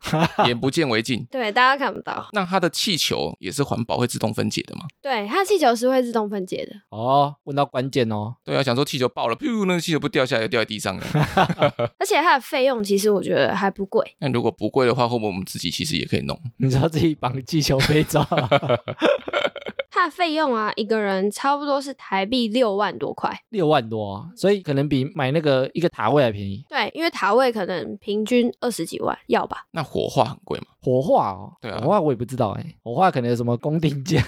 Speaker 2: 眼不见为净。
Speaker 3: 对，大家看不到。
Speaker 2: 那它的气球也是环保会自动分解的嘛？
Speaker 3: 对，它气球是会自动分解的。
Speaker 1: 哦，问到关键哦，
Speaker 2: 对啊，想说气球爆了，噗，那个气球不掉下来，就掉在地上了。
Speaker 3: 而且它的费用其实我觉得还不贵，
Speaker 2: 那如果不贵的话，会不会我们自己其实也可以弄？
Speaker 1: 你说自己绑气球飞走，啊
Speaker 3: 它的费用啊，一个人差不多是台币六万多块。
Speaker 1: 六万多、啊，所以可能比买那个一个塔位还便宜。
Speaker 3: 对，因为塔位可能平均二十几万，要吧？
Speaker 2: 那火化很贵嘛？
Speaker 1: 火化哦，
Speaker 2: 对啊
Speaker 1: 火化我也不知道哎、火化可能有什么公定 价，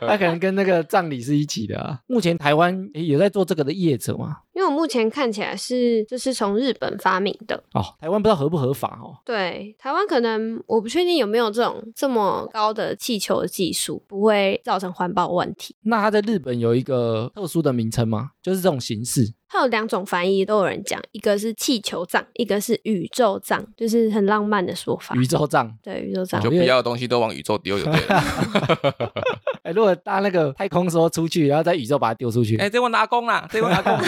Speaker 1: 它可能跟那个葬礼是一起的、啊。目前台湾诶有在做这个的业者吗？
Speaker 3: 因为我目前看起来是就是从日本发明的，
Speaker 1: 哦，台湾不知道合不合法哦。
Speaker 3: 对，台湾可能我不确定有没有这种这么高的气球的技术，不会造成环保问题。
Speaker 1: 那它在日本有一个特殊的名称吗？就是这种形式，
Speaker 3: 它有两种翻译，都有人讲，一个是气球葬，一个是宇宙葬，就是很浪漫的说
Speaker 2: 啊
Speaker 3: 法。
Speaker 1: 宇宙葬。
Speaker 3: 对，宇宙葬
Speaker 2: 就。不要的东西都往宇宙丢就对了。
Speaker 1: 哎，如果搭那个太空梭出去，然后在宇宙把它丢出去，
Speaker 2: 哎，这位阿公啦，这位 阿公。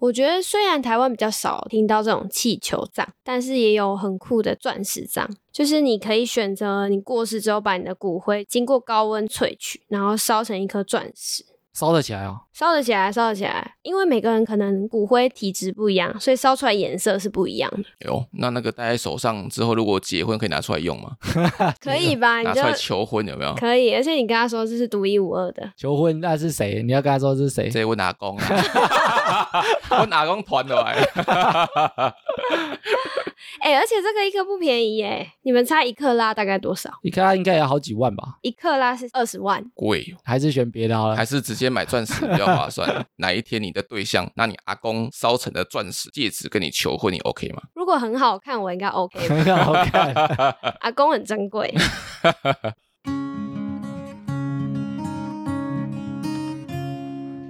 Speaker 3: 我觉得虽然台湾比较少听到这种气球葬，但是也有很酷的钻石葬，就是你可以选择你过世之后把你的骨灰经过高温萃取，然后烧成一颗钻石。
Speaker 1: 烧得起来哦。
Speaker 3: 烧得起来，烧得起来，因为每个人可能骨灰体质不一样，所以烧出来颜色是不一样的，
Speaker 2: 哟，哦那那个戴在手上之后，如果结婚可以拿出来用吗？
Speaker 3: 可以啊吧？你
Speaker 2: 拿出
Speaker 3: 就
Speaker 2: 来求婚有没有？
Speaker 3: 可以，而且你跟他说这是独一无二的，
Speaker 1: 求婚那是谁？你要跟他说是谁？
Speaker 2: 这问阿公 啊，问阿公团的来。
Speaker 3: 哎、而且这个一克不便宜耶，你们猜一克拉大概多少？
Speaker 1: 你看他应该也好几万吧，
Speaker 3: 一克拉是二十万，
Speaker 2: 贵哦，
Speaker 1: 还是选别的好了
Speaker 2: 还。是直接买钻石比较划算。 哪一天你的对象拿你阿公烧成的钻石戒指跟你求婚，你 OK 吗？
Speaker 3: 如果很好看，我应该 OK 吧。
Speaker 1: 很好看，
Speaker 3: 阿公很珍贵，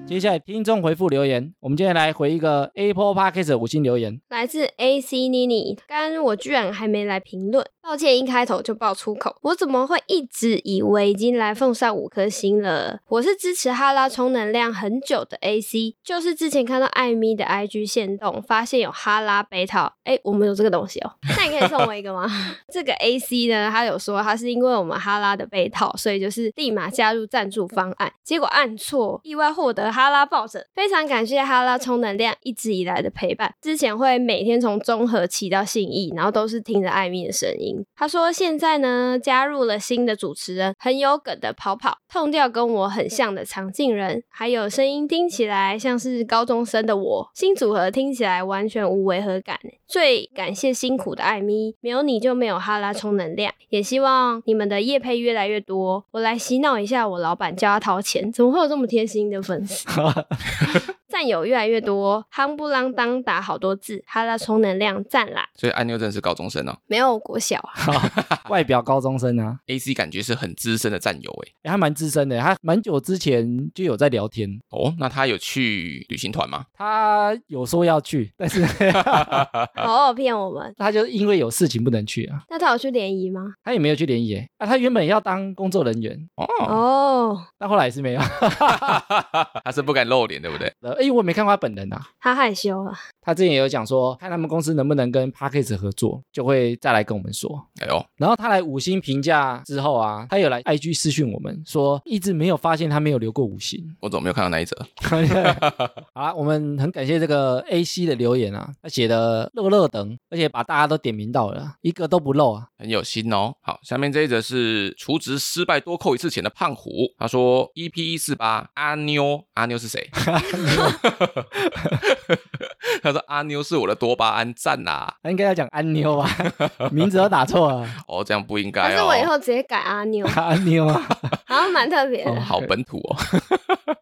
Speaker 1: 接下来听众回复留言，我们今天来回一个 Apple Podcast 的五星留言。
Speaker 3: 来自 AC Nini，刚刚我居然还没来评论，抱歉，一开头就爆粗口，我怎么会一直以为已经来奉上五颗星了？我是支持哈拉充能量很久的 AC，就是之前看到艾米的 IG 线动，发现有哈拉杯套，哎、我们有这个东西哦、那你可以送我一个吗？这个 AC 呢，他有说他是因为我们哈拉的被套，所以就是立马加入赞助方案，结果按错，意外获得哈拉抱枕。非常感谢哈拉充能量一直以来的陪伴，之前会每天从中和骑到信义，然后都是听着艾米的声音。他说现在呢加入了新的主持人，很有梗的跑跑，痛调跟我很像的常静人，还有声音听起来像是高中生的我，新组合听起来完全无违和感。欸最感谢辛苦的艾咪，没有你就没有哈拉充能量。也希望你们的夜配越来越多。我来洗脑一下我老板，叫他掏钱。怎么会有这么贴心的粉丝？战友越来越多，夯不啷当打好多字，哈拉充能量赞啦，
Speaker 2: 所以按钮真的是高中生哦
Speaker 3: 没有国小，啊
Speaker 1: 外表高中生啊，
Speaker 2: ，A C 感觉是很资深的战友哎诶。
Speaker 1: 欸、他蛮资深的，他蛮久之前就有在聊天，
Speaker 2: 哦，那他有去旅行团吗？
Speaker 1: 他有说要去，但是
Speaker 3: 好好骗我们。
Speaker 1: 他就因为有事情不能去啊，
Speaker 3: 那他有去联谊吗？
Speaker 1: 他也没有去联谊欸啊，他原本要当工作人员，
Speaker 2: 哦，
Speaker 3: 哦，
Speaker 1: 但后来也是没有，
Speaker 2: 他是不敢露脸，对不对？
Speaker 1: 哎、我没看过他本人啊。
Speaker 3: 他害羞了。
Speaker 1: 他之前也有讲说，看他们公司能不能跟 p a c k a g e 合作，就会再来跟我们说。
Speaker 2: 哎呦，
Speaker 1: 然后他来五星评价之后啊，他有来 IG 私讯我们说，一直没有发现他没有留过五星。
Speaker 2: 我怎么没有看到那一则？
Speaker 1: 好啦，我们很感谢这个 A C 的留言啊，他写的乐乐等，而且把大家都点名到了，一个都不漏啊。
Speaker 2: 很有心哦。好，下面这一则是除职失败多扣一次钱的胖虎，他说 EP 一四八阿妞，阿妞是谁？ 他说阿妞是我的多巴胺，赞啊啦！
Speaker 1: 他应该要讲安妞吧， 名字都打错了，
Speaker 2: 哦，这样不应
Speaker 3: 可
Speaker 2: 该
Speaker 3: 是我以
Speaker 2: 哦。
Speaker 3: 后直接改 阿妞，
Speaker 1: 安妞啊，
Speaker 3: 好像蛮特别的
Speaker 1: 哦。
Speaker 2: 好本土哦，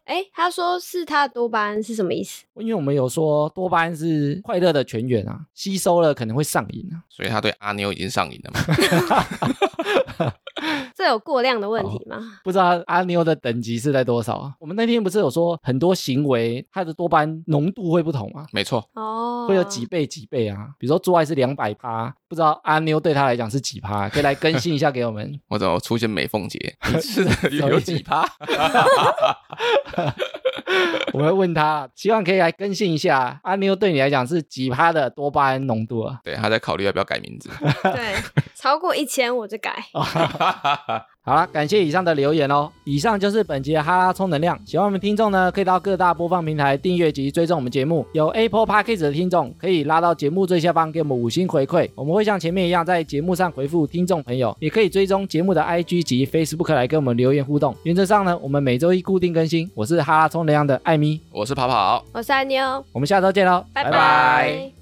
Speaker 3: 哎、他说是他的多巴胺是什么意思？
Speaker 1: 因为我们有说多巴胺是快乐的泉源啊，吸收了可能会上瘾啊。
Speaker 2: 所以他对阿妞已经上瘾了 嘛？
Speaker 3: 这有过量的问题
Speaker 1: 哦
Speaker 3: 吗？
Speaker 1: 不知道阿妞的等级是在多少啊？我们那天不是有说很多行为它的多巴胺浓度会不同啊，
Speaker 2: 没错，。
Speaker 3: 哦，
Speaker 1: 会有几倍几倍啊？比如说做爱是两百趴，不知道阿妞对他来讲是几趴？可以来更新一下给我们
Speaker 2: 我怎么出现美凤 姐？你吃的有有几趴？
Speaker 1: 我会问他，希望可以来更新一下阿妞对你来讲是几趴的多巴胺浓度啊？
Speaker 2: 对，他在考虑要不要改名字。
Speaker 3: 对，超过一千我就改。
Speaker 1: 好啦，感谢以上的留言哦。以上就是本集的哈拉充能量。喜欢我们听众呢，可以到各大播放平台订阅及追踪我们节目。有 Apple Podcast 的听众可以拉到节目最下方给我们五星回馈，我们会像前面一样在节目上回复听众朋友。也可以追踪节目的 IG 及 Facebook 来跟我们留言互动。原则上呢，我们每周一固定更新。我是哈拉充能量的艾米，
Speaker 2: 我是跑跑，
Speaker 3: 我是阿妞，
Speaker 1: 我们下周见喽，
Speaker 3: 拜
Speaker 2: 拜
Speaker 3: 拜